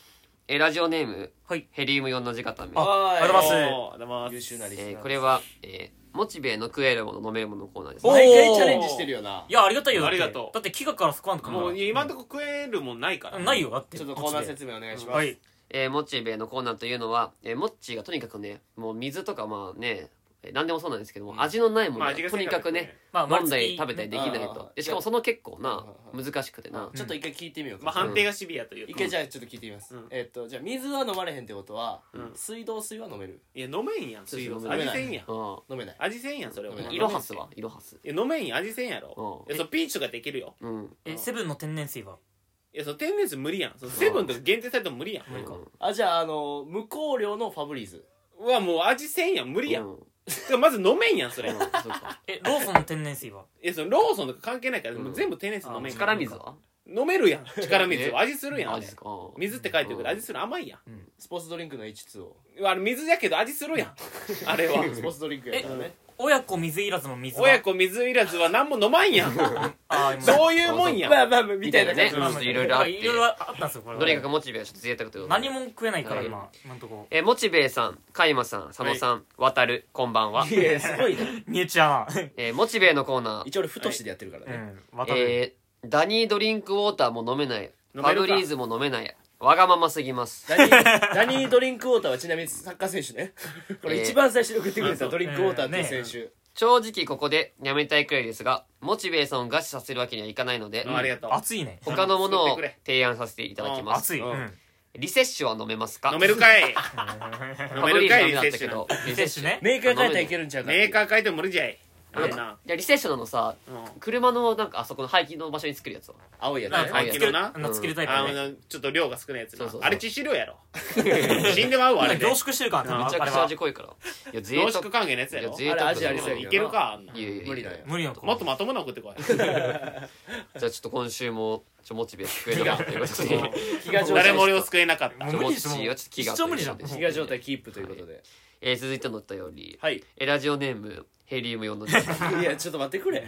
Speaker 2: えラジオネーム、
Speaker 3: はい
Speaker 2: ヘリウム4の字固め。
Speaker 1: あ
Speaker 3: ありがとうございます
Speaker 4: おーありがとうございます
Speaker 1: 優秀なリスナー
Speaker 2: えーこれは、えーモチベの食えるもの飲めるもののコーナーです、
Speaker 3: お
Speaker 2: ね。
Speaker 1: 毎回チャレンジしてるよない
Speaker 3: やありがたいよだって
Speaker 4: ありがとう
Speaker 3: だって飢餓から救わんとか
Speaker 4: もう今んとこ食えるもんないから
Speaker 3: ないよだって
Speaker 1: ちょっとコーナー説明お願いします
Speaker 3: はい
Speaker 2: えーモチベのコーナーというのは、えーモッチーがとにかくね、もう水とかまあね、えー何でもそうなんですけども、味のないもの
Speaker 4: まあ
Speaker 2: は
Speaker 4: 味が
Speaker 2: と
Speaker 4: せえ
Speaker 2: に
Speaker 4: から
Speaker 2: かくね、
Speaker 3: まあ
Speaker 2: 飲んだり食べたりできない
Speaker 1: うんうんうん
Speaker 2: と。でしかもその結構な、
Speaker 1: うん
Speaker 2: 難しくてな。
Speaker 1: ちょっと一回聞いてみよう
Speaker 4: まあ
Speaker 1: か
Speaker 4: 判定がシビアという
Speaker 1: 一
Speaker 4: か
Speaker 1: 回じゃあちょっと聞いてみます
Speaker 4: うん
Speaker 1: えっとじゃあ水は飲まれへんってことは
Speaker 4: うん
Speaker 1: 水道水は飲める
Speaker 4: いや飲めんやん水道
Speaker 2: そうそう
Speaker 1: 飲め
Speaker 4: 味
Speaker 1: ない
Speaker 4: せんやん
Speaker 2: うん
Speaker 1: 飲めない
Speaker 4: 味せんやんそれは
Speaker 1: うん
Speaker 2: イロハスはいイロハス。
Speaker 4: や飲めんやん味せんやろ
Speaker 2: うん
Speaker 4: いやそうピーチとかできるよ
Speaker 2: うん。
Speaker 3: えセブンの天然水はい
Speaker 4: やそう天然水無理やんそうセブンとか限定されても無理やん
Speaker 2: うん
Speaker 1: あじゃああの無香料のファブリーズ
Speaker 4: うわもう味せんやん無理や
Speaker 2: うんん
Speaker 4: てかまず飲めんやんそれ
Speaker 2: うんそうか
Speaker 3: えローソンの天然水はい
Speaker 4: やそのローソンとか関係ないから
Speaker 2: うん
Speaker 4: もう全部天然水飲めんやん
Speaker 2: 力水は
Speaker 4: 飲めるやん力水
Speaker 2: え
Speaker 4: を味するやんあ
Speaker 2: あ
Speaker 4: れ
Speaker 2: 味ですか。うん
Speaker 4: 水って書いてるけど味する甘いや
Speaker 1: スポーツドリンクの H2O
Speaker 4: んうわあれ水やけど味するやんあれは
Speaker 1: スポーツドリンクやからね
Speaker 3: 親子水いらずの水は
Speaker 4: 親子水いらずは何も飲まんやん
Speaker 3: あーもう
Speaker 4: そういうもんや ん
Speaker 1: まあまあまあみたいな
Speaker 2: みたい
Speaker 1: ね
Speaker 2: なねちょっといろいろあって
Speaker 3: いろいろあったんですよこれは
Speaker 2: とにかくモチベはちょっと贅沢ということで
Speaker 3: 何も食えないから
Speaker 2: はい
Speaker 3: 今今のとこ
Speaker 2: えーモチベさん、カイマさん、佐野さん、渡る、こんばんは。
Speaker 1: いやすごいな
Speaker 3: みゆちゃん
Speaker 2: えーモチベのコーナー、
Speaker 1: 一応俺ふとしでやってるから
Speaker 3: う
Speaker 1: ね
Speaker 3: ん渡る
Speaker 2: えーダニードリンクウォーターも飲めない。フ
Speaker 4: 飲めるか
Speaker 2: ァブリーズも飲めない。わがまますぎます。
Speaker 1: ダニーダニードリンクウォーターはちなみにサッカー選手ねこれ一番最初に送ってくれ
Speaker 4: え
Speaker 1: た
Speaker 4: ー
Speaker 1: ドリンクウォーターっていう選手
Speaker 2: 正直ここでやめたいくらいですが、モチベーションを餓死させるわけにはいかないので
Speaker 4: う、んありがとう
Speaker 3: 熱いね
Speaker 2: 他のもの
Speaker 4: 作っ
Speaker 2: を
Speaker 4: てくれ
Speaker 2: 提案させていただきます。
Speaker 3: 熱いうん
Speaker 4: うん
Speaker 2: リセッシュは飲めますか
Speaker 4: 飲めるかい
Speaker 2: フ
Speaker 4: 飲
Speaker 2: ァ
Speaker 4: め
Speaker 2: ブ
Speaker 4: る
Speaker 2: リーズ
Speaker 4: か
Speaker 2: 飲
Speaker 4: い
Speaker 2: め
Speaker 4: リ
Speaker 2: な
Speaker 4: セ
Speaker 2: かっ
Speaker 4: ッ
Speaker 2: たけ
Speaker 4: シ
Speaker 2: どリ
Speaker 4: ュなんて、
Speaker 3: リセッ
Speaker 2: セッシ
Speaker 3: シュ
Speaker 2: ュね
Speaker 3: ね。
Speaker 1: メーカー変えたらいけるんちゃうか
Speaker 4: メーカー書いても無理じゃいあれな
Speaker 2: じゃあリセッシュなのさ、
Speaker 4: うん
Speaker 2: 車のなんかあそこの排気の場所に作るやつを。
Speaker 1: 青いやつ
Speaker 3: なん
Speaker 1: ね
Speaker 3: か
Speaker 4: はい
Speaker 3: つける
Speaker 4: な
Speaker 3: あのつけるタイプ
Speaker 4: あ
Speaker 3: ね
Speaker 4: のちょっと量が少ないやつな
Speaker 2: そうそうそう
Speaker 4: あれ致死量やろ死んでまうわあれで
Speaker 3: 凝縮してるから多分
Speaker 2: めちゃ
Speaker 3: あ
Speaker 2: く
Speaker 3: れ
Speaker 2: ちゃ
Speaker 3: は
Speaker 2: 味濃いから。いや、贅
Speaker 4: 濃
Speaker 2: 沢
Speaker 4: 縮。還元のやつやろ
Speaker 2: い
Speaker 1: あ
Speaker 2: や
Speaker 1: れ味ありそうや
Speaker 2: 贅
Speaker 4: い
Speaker 1: け
Speaker 4: け
Speaker 1: ど
Speaker 4: る
Speaker 1: な
Speaker 4: かあんない
Speaker 2: やいやいや
Speaker 1: 無理だ よ
Speaker 3: 無理なとこ
Speaker 4: もっとまともなの送ってこ い
Speaker 2: じゃあちょっと今週も、ちょ、モチベー食えなかったということで。
Speaker 1: 飢餓状態
Speaker 4: 誰も俺を救えなかった
Speaker 3: もう
Speaker 2: ちょ
Speaker 3: 無
Speaker 2: モ
Speaker 3: 理
Speaker 2: ッ
Speaker 3: で
Speaker 2: チ
Speaker 3: しょもう
Speaker 2: ーはちょっと気が
Speaker 3: 一生無理じゃん
Speaker 1: 飢餓状態キープということで
Speaker 2: えー続いてのお便り、
Speaker 1: はい
Speaker 2: えーラジオネームヘリウム4の字、
Speaker 1: いやちょっと待ってくれ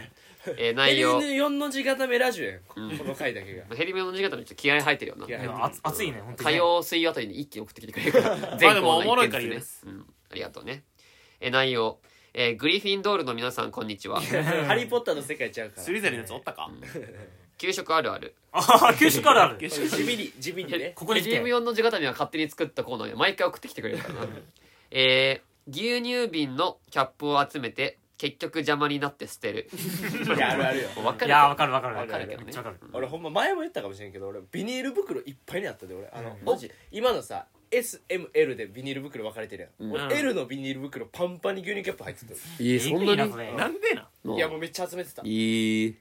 Speaker 2: えー内容
Speaker 1: 4の字固めラジオやんこの回だけが
Speaker 2: ヘリウム4の字型にちょっと気合入ってるよな
Speaker 1: 気合
Speaker 3: いやあつ暑いね本当
Speaker 2: 火
Speaker 3: にね
Speaker 2: 曜水曜あたりに一気に送ってきてくれるから
Speaker 4: まあでもおもろいから
Speaker 2: 全コーナー一
Speaker 4: 言う
Speaker 2: 件ずつねうん、ありがとうねえー内容、えーグリフィンドールの皆さんこんにちは
Speaker 1: ハリー・ポッターの世界ちゃうから
Speaker 4: スリザリーのやつおったか
Speaker 2: 給食あるある
Speaker 3: ああ給食からあ る
Speaker 4: よし
Speaker 1: 地味に地味に ね
Speaker 3: ここに来
Speaker 2: ヘリウム
Speaker 3: て
Speaker 2: 4の字型には勝手に作ったコーナーで毎回送ってきてくれるからなえー牛乳瓶のキャップを集めて結局邪魔になって捨てる
Speaker 1: いやあるあるよ
Speaker 2: もう分か
Speaker 3: い
Speaker 2: る
Speaker 3: やー
Speaker 2: よ
Speaker 3: わかるわかるわ
Speaker 2: わ
Speaker 3: か
Speaker 2: か
Speaker 3: る
Speaker 2: る
Speaker 3: め
Speaker 2: け
Speaker 3: っ
Speaker 2: どね
Speaker 3: ちゃわかる
Speaker 1: 俺ほんま前も言ったかもしれんけど俺ビニール袋いっぱいにあったで俺あの、
Speaker 3: うん
Speaker 1: マジ今のさ SML でビニール袋分かれてるやん、
Speaker 3: うん
Speaker 1: 俺 L のビニール袋パンパンに牛乳キャップ入ってたよ
Speaker 2: えー
Speaker 3: えぐいなそれ
Speaker 4: なんでな
Speaker 2: もう
Speaker 1: いやもうめっちゃ集めてた
Speaker 2: いい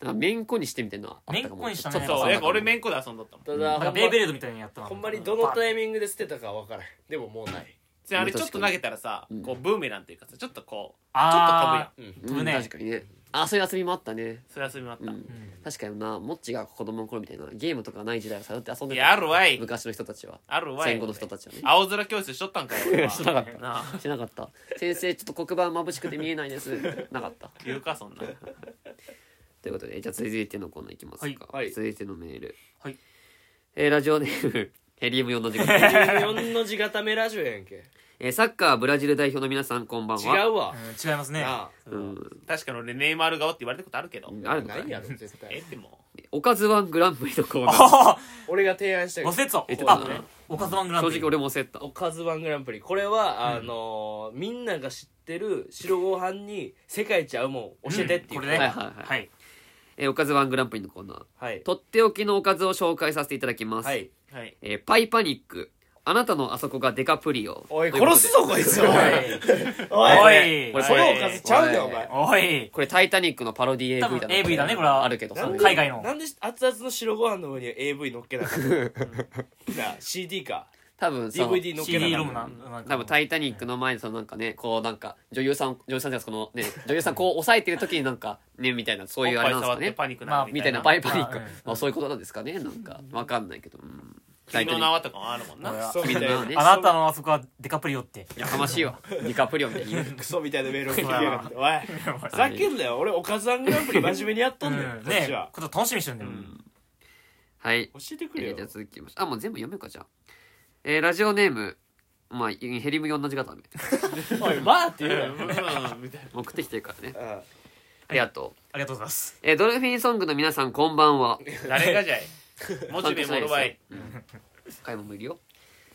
Speaker 2: なんかめんこにしてみたいなのはあったかも
Speaker 3: めんこにしたね
Speaker 2: ちょっと
Speaker 4: そうなんか俺
Speaker 2: ん
Speaker 4: めんこで遊んどったもん
Speaker 1: ただ
Speaker 3: なん
Speaker 1: ほ
Speaker 3: か
Speaker 1: ん,、ま
Speaker 3: ベイベレードみたいにやった
Speaker 1: ほんまにどのタイミングで捨てたかは分からんでももうない
Speaker 4: であれちょっと投げたらさ
Speaker 2: うん
Speaker 4: こうブーメランっていうかさちょっとこうちょっと飛ぶやん
Speaker 3: あ
Speaker 1: うん
Speaker 3: 飛ぶ
Speaker 2: うん
Speaker 3: ね
Speaker 2: 確かにねあそういう遊びもあったね
Speaker 4: それ遊びもあっ
Speaker 2: う
Speaker 4: た
Speaker 2: ん
Speaker 3: ーうん
Speaker 2: 確かになモッチが子供の頃みたいなゲームとかない時代をさって遊ん
Speaker 4: い
Speaker 2: で
Speaker 4: やあ
Speaker 2: た
Speaker 4: るわい
Speaker 2: 昔の人たちは
Speaker 4: あるわい
Speaker 2: 戦後の人たちはね
Speaker 4: 青空教室しとったんかよ俺は
Speaker 2: しなかった
Speaker 4: なあ
Speaker 2: しなかった先生ちょっと黒板眩しくて見えないですなかった
Speaker 4: 言うかそんな
Speaker 2: ということでじゃあ続いてのコーナーいきますか、
Speaker 1: はいはい
Speaker 2: 続いてのメール、
Speaker 3: はい
Speaker 2: えーラジオネームヘリウム4の時間、
Speaker 1: 4の字固めラジオやん け
Speaker 2: えーサッカーブラジル代表の皆さんこんばん
Speaker 1: 違
Speaker 2: は
Speaker 1: うわ、
Speaker 3: うん違いますね
Speaker 1: なあ
Speaker 2: うん、
Speaker 4: 確かに俺ネイマール顔って言われたことあるけど
Speaker 2: あるの
Speaker 1: な
Speaker 2: か
Speaker 1: いや
Speaker 2: い
Speaker 1: ろ絶
Speaker 4: え
Speaker 1: 対
Speaker 4: っても
Speaker 2: おかずワングランプリのコーナー
Speaker 3: あ
Speaker 1: 俺が提案したけ
Speaker 3: あご
Speaker 1: ど
Speaker 3: 説を
Speaker 2: えっと
Speaker 3: あ
Speaker 2: ね
Speaker 3: おかずマングランプ
Speaker 2: 正
Speaker 3: リ
Speaker 2: 直俺も焦った
Speaker 1: おかずワングランプリこれは、あのーみんなが知ってる白ご飯に世界一合うもん教えてっていう、
Speaker 3: うんこれね
Speaker 2: はいはいはい
Speaker 3: はい
Speaker 2: えーおかずワングランプリのコーナー
Speaker 1: はい
Speaker 2: とっておきのおかずを紹介させていただきます、
Speaker 1: はい
Speaker 4: はい
Speaker 2: えーパイパニックあなたのあそこがデカプリオ
Speaker 1: おい
Speaker 2: とうことで
Speaker 1: 殺すぞこいつおい
Speaker 3: お
Speaker 1: おい
Speaker 3: い
Speaker 1: そのおかずちゃうで
Speaker 2: おい
Speaker 1: お前
Speaker 3: おい
Speaker 2: これ「タイタニック」のパロディ AV だな
Speaker 3: 多分 AV だねこれは
Speaker 2: あるけどさ
Speaker 1: なんで
Speaker 3: 海外の
Speaker 1: なんで熱々の白ご飯の上に AV 乗っけなかったのなあ CD か
Speaker 2: 多分その
Speaker 1: DVD 乗っけ
Speaker 3: CD ロ
Speaker 1: な
Speaker 3: ム
Speaker 1: かっ
Speaker 3: ななんか
Speaker 2: 多分「タイタニック」の前でそのなんかねこうなんか女優さん女優さんじゃないこのね女優さんこう押さえてる時になんかねみたいなそういうあれなんです
Speaker 4: おっ
Speaker 2: か
Speaker 4: ぱい触って
Speaker 2: ね
Speaker 4: パニックになる
Speaker 2: みたいなパイパニック
Speaker 3: うん
Speaker 2: まあそういうことなんですかねなんかわかんないけどうんタイタニ
Speaker 4: 君の
Speaker 2: ック
Speaker 4: 名はとかもあるも んな
Speaker 3: 俺は
Speaker 1: たそうみたいな
Speaker 2: ね
Speaker 3: あなたのあそこはデカプリオって
Speaker 2: やかましいわディカプリオみたいに言う
Speaker 1: クソみたいなメール送りやがって おいふざけんなよ俺おかずあんグランプリ真面目にやっとんねん
Speaker 3: うん
Speaker 1: こっ
Speaker 3: ね
Speaker 1: ちは
Speaker 3: こと楽しみにしてるんだよ
Speaker 2: はい
Speaker 1: 教えてく
Speaker 2: え
Speaker 1: れ
Speaker 2: ー
Speaker 1: よ
Speaker 2: じゃあ続きましてあもう全部読めるかじゃあえーラジオネームまあヘリム4同じ方ね
Speaker 1: おいまあって
Speaker 4: うん
Speaker 1: 言うなよ
Speaker 4: うんみたいな
Speaker 2: 送ってきて るからね
Speaker 1: あ
Speaker 2: ありがとう
Speaker 3: ありがとうございます
Speaker 2: えードルフィンソングの皆さんこんばんは
Speaker 4: 誰がじ ゃいモチベモルバイ
Speaker 2: 買い物もいるよ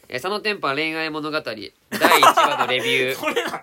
Speaker 2: えーそのテンパ恋愛物語第1話のレビ ュー
Speaker 3: これな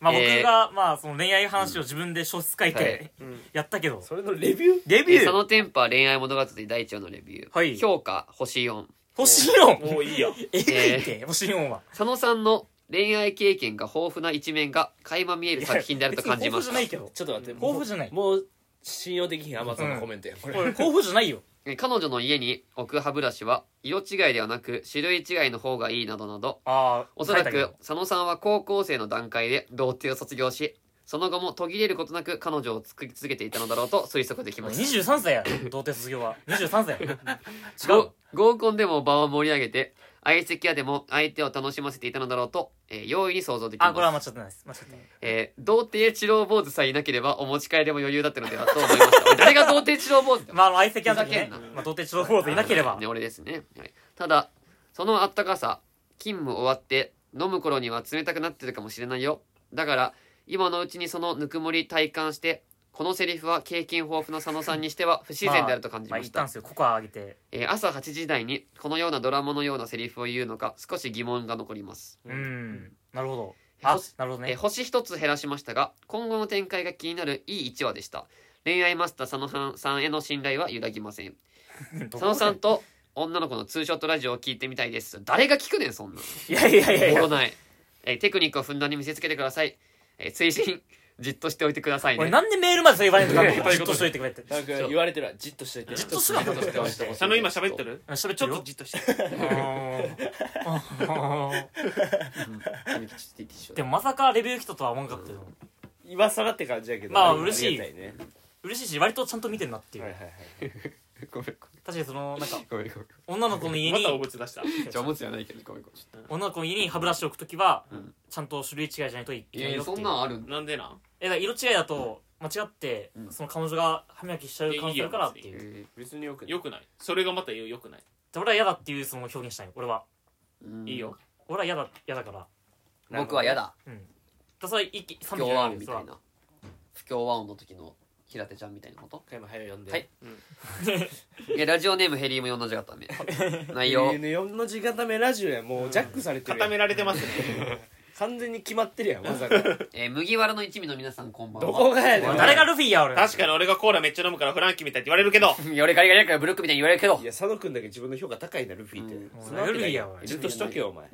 Speaker 3: まあ僕
Speaker 2: えー
Speaker 3: がまあその恋愛話を自分で小説書いて
Speaker 4: うん
Speaker 3: やったけど
Speaker 1: それのレビュー
Speaker 3: レ
Speaker 2: え
Speaker 3: ビ
Speaker 2: ー
Speaker 3: ュ
Speaker 2: そ
Speaker 3: ー
Speaker 2: のテンパ恋愛物語第1話のレビュー、
Speaker 3: はい
Speaker 2: 評価星4
Speaker 3: 星4
Speaker 4: もういいよ
Speaker 3: えぐいって星4は
Speaker 2: 佐野さんの恋愛経験が豊富な一面が垣間見える作品であると感じまし
Speaker 3: いや別に豊富じゃないけど
Speaker 2: た
Speaker 1: ちょっと待って
Speaker 3: うん豊富じゃない
Speaker 1: もう信用できひんアマゾンのコメントやこれ
Speaker 3: これ甲府じゃないよ
Speaker 2: えー彼女の家に置く歯ブラシは色違いではなく種類違いの方がいいなどなど
Speaker 3: ああ
Speaker 2: おそらく佐野さんは高校生の段階で童貞を卒業しその後も途切れることなく彼女を作り続けていたのだろうと推測できます
Speaker 3: 23歳や童貞卒業は23歳 や違う
Speaker 2: 合合コンでも場を盛り上げて相席屋でも相手を楽しませていたのだろうと、えー容易に想像できます
Speaker 3: あこれは間違ってないです間違ってない
Speaker 2: えー童貞治郎坊主さえいなければお持ち帰りも余裕だったのではと思いました 誰が童貞治郎坊主だよ
Speaker 3: まああの相席屋の時
Speaker 2: ふ
Speaker 3: ね
Speaker 2: ざけんな
Speaker 3: まあ童貞ちょっといなければ
Speaker 2: ね、俺ですね、はい、ただそのあったかさ勤務終わって飲む頃には冷たくなってるかもしれないよだから今のうちにそのぬくもり体感してこのセリフは経験豊富な佐野さんにしては不自然であると感じま
Speaker 3: ああ言
Speaker 2: し
Speaker 3: った
Speaker 2: た、
Speaker 3: んですよココアあげて
Speaker 2: えー朝8時台にこのようなドラマのようなセリフを言うのか少し疑問が残ります、
Speaker 1: うん
Speaker 3: うんなるほどあなるほど
Speaker 2: えー
Speaker 3: ね
Speaker 2: 星一つ減らしましたが今後の展開が気になるいい1話でした恋愛マスター佐野さんへの信頼は揺らぎません佐野さんと女の子のツーショットラジオを聞いてみたいです誰が聞くねんそんなん
Speaker 3: いやいやいやい
Speaker 2: おも
Speaker 3: や
Speaker 2: ろない、えーテクニックをふんだんに見せつけてください、えー推進じっとしておいてください
Speaker 3: 俺
Speaker 2: ね
Speaker 3: なんでメールまでそう言われるのか
Speaker 4: いやいや
Speaker 3: じっとしといてくれって
Speaker 1: なんか言われてるわじっとしといて
Speaker 3: じっとすなことしてほしい
Speaker 4: 佐野今喋ってる
Speaker 3: 喋っ
Speaker 4: ち
Speaker 3: ちゃ
Speaker 4: ょ
Speaker 3: う
Speaker 4: っと
Speaker 3: よ
Speaker 4: じっと して
Speaker 3: あー
Speaker 2: 神吉って言って一 緒
Speaker 3: で
Speaker 2: だ
Speaker 3: もまさかレビュー来たとは思わなかったよ
Speaker 1: 今更って感じやけど
Speaker 3: まあ嬉しい
Speaker 1: ありがたね
Speaker 3: 嬉しいし割とちゃんと見てんなってい
Speaker 1: はいは
Speaker 3: う
Speaker 1: いはい
Speaker 2: ごめん
Speaker 3: 確かにそのなんか
Speaker 2: ごめんごめんごめん
Speaker 3: 女の子の家
Speaker 4: ま
Speaker 3: に
Speaker 4: たおぶつ出した
Speaker 2: じゃあおむつじゃないけどごめんごめん
Speaker 3: 女の子の家に歯ブラシを置くときは
Speaker 2: ん
Speaker 3: ちゃんと種類違いじゃないといけ
Speaker 2: い
Speaker 3: ない
Speaker 2: やい
Speaker 3: よ
Speaker 2: や
Speaker 3: ってい
Speaker 2: そん
Speaker 3: う
Speaker 2: なんある
Speaker 4: なんでなん
Speaker 3: えだから色違いだと間違って、
Speaker 2: うん
Speaker 3: その彼女が歯磨きしちゃう可能性あるからっていう
Speaker 2: え
Speaker 1: 別によくない
Speaker 4: よくないそれがまた言うよくない
Speaker 3: で俺は嫌だっていうその表現したいの俺は
Speaker 2: ー
Speaker 4: いいよ
Speaker 3: 俺は嫌だ嫌だから
Speaker 2: 僕は嫌だ
Speaker 3: うんだからそれ一気
Speaker 2: 不
Speaker 3: 賛否
Speaker 2: 協
Speaker 3: じゃ
Speaker 2: 和
Speaker 3: ない
Speaker 2: 音
Speaker 3: けどそ
Speaker 2: みたい
Speaker 3: れは
Speaker 2: な不協和音の時の平手ちゃんみたいなこと
Speaker 1: 加山早読んで
Speaker 2: はいいやラジオネームヘリーも同じ方ね内容
Speaker 1: N4 の字固めラジオやもうジャックされてるや
Speaker 4: 固
Speaker 1: ん、
Speaker 4: められてますね
Speaker 1: 完全に決まってるやんまさか ど
Speaker 2: えー麦わらの一味の皆さんこんばんは
Speaker 1: こがやねん
Speaker 3: 誰がルフィや俺
Speaker 4: 確かに俺がコーラめっちゃ飲むからフランキーみたいって言われる けど
Speaker 2: に 俺ガリガリやからブルックみたいに言われるけど
Speaker 1: いや佐野君だけ自分の評価高いなルフィって、
Speaker 2: うん
Speaker 1: そんなわけない
Speaker 3: ルフィやわ
Speaker 1: じっとしとけよお前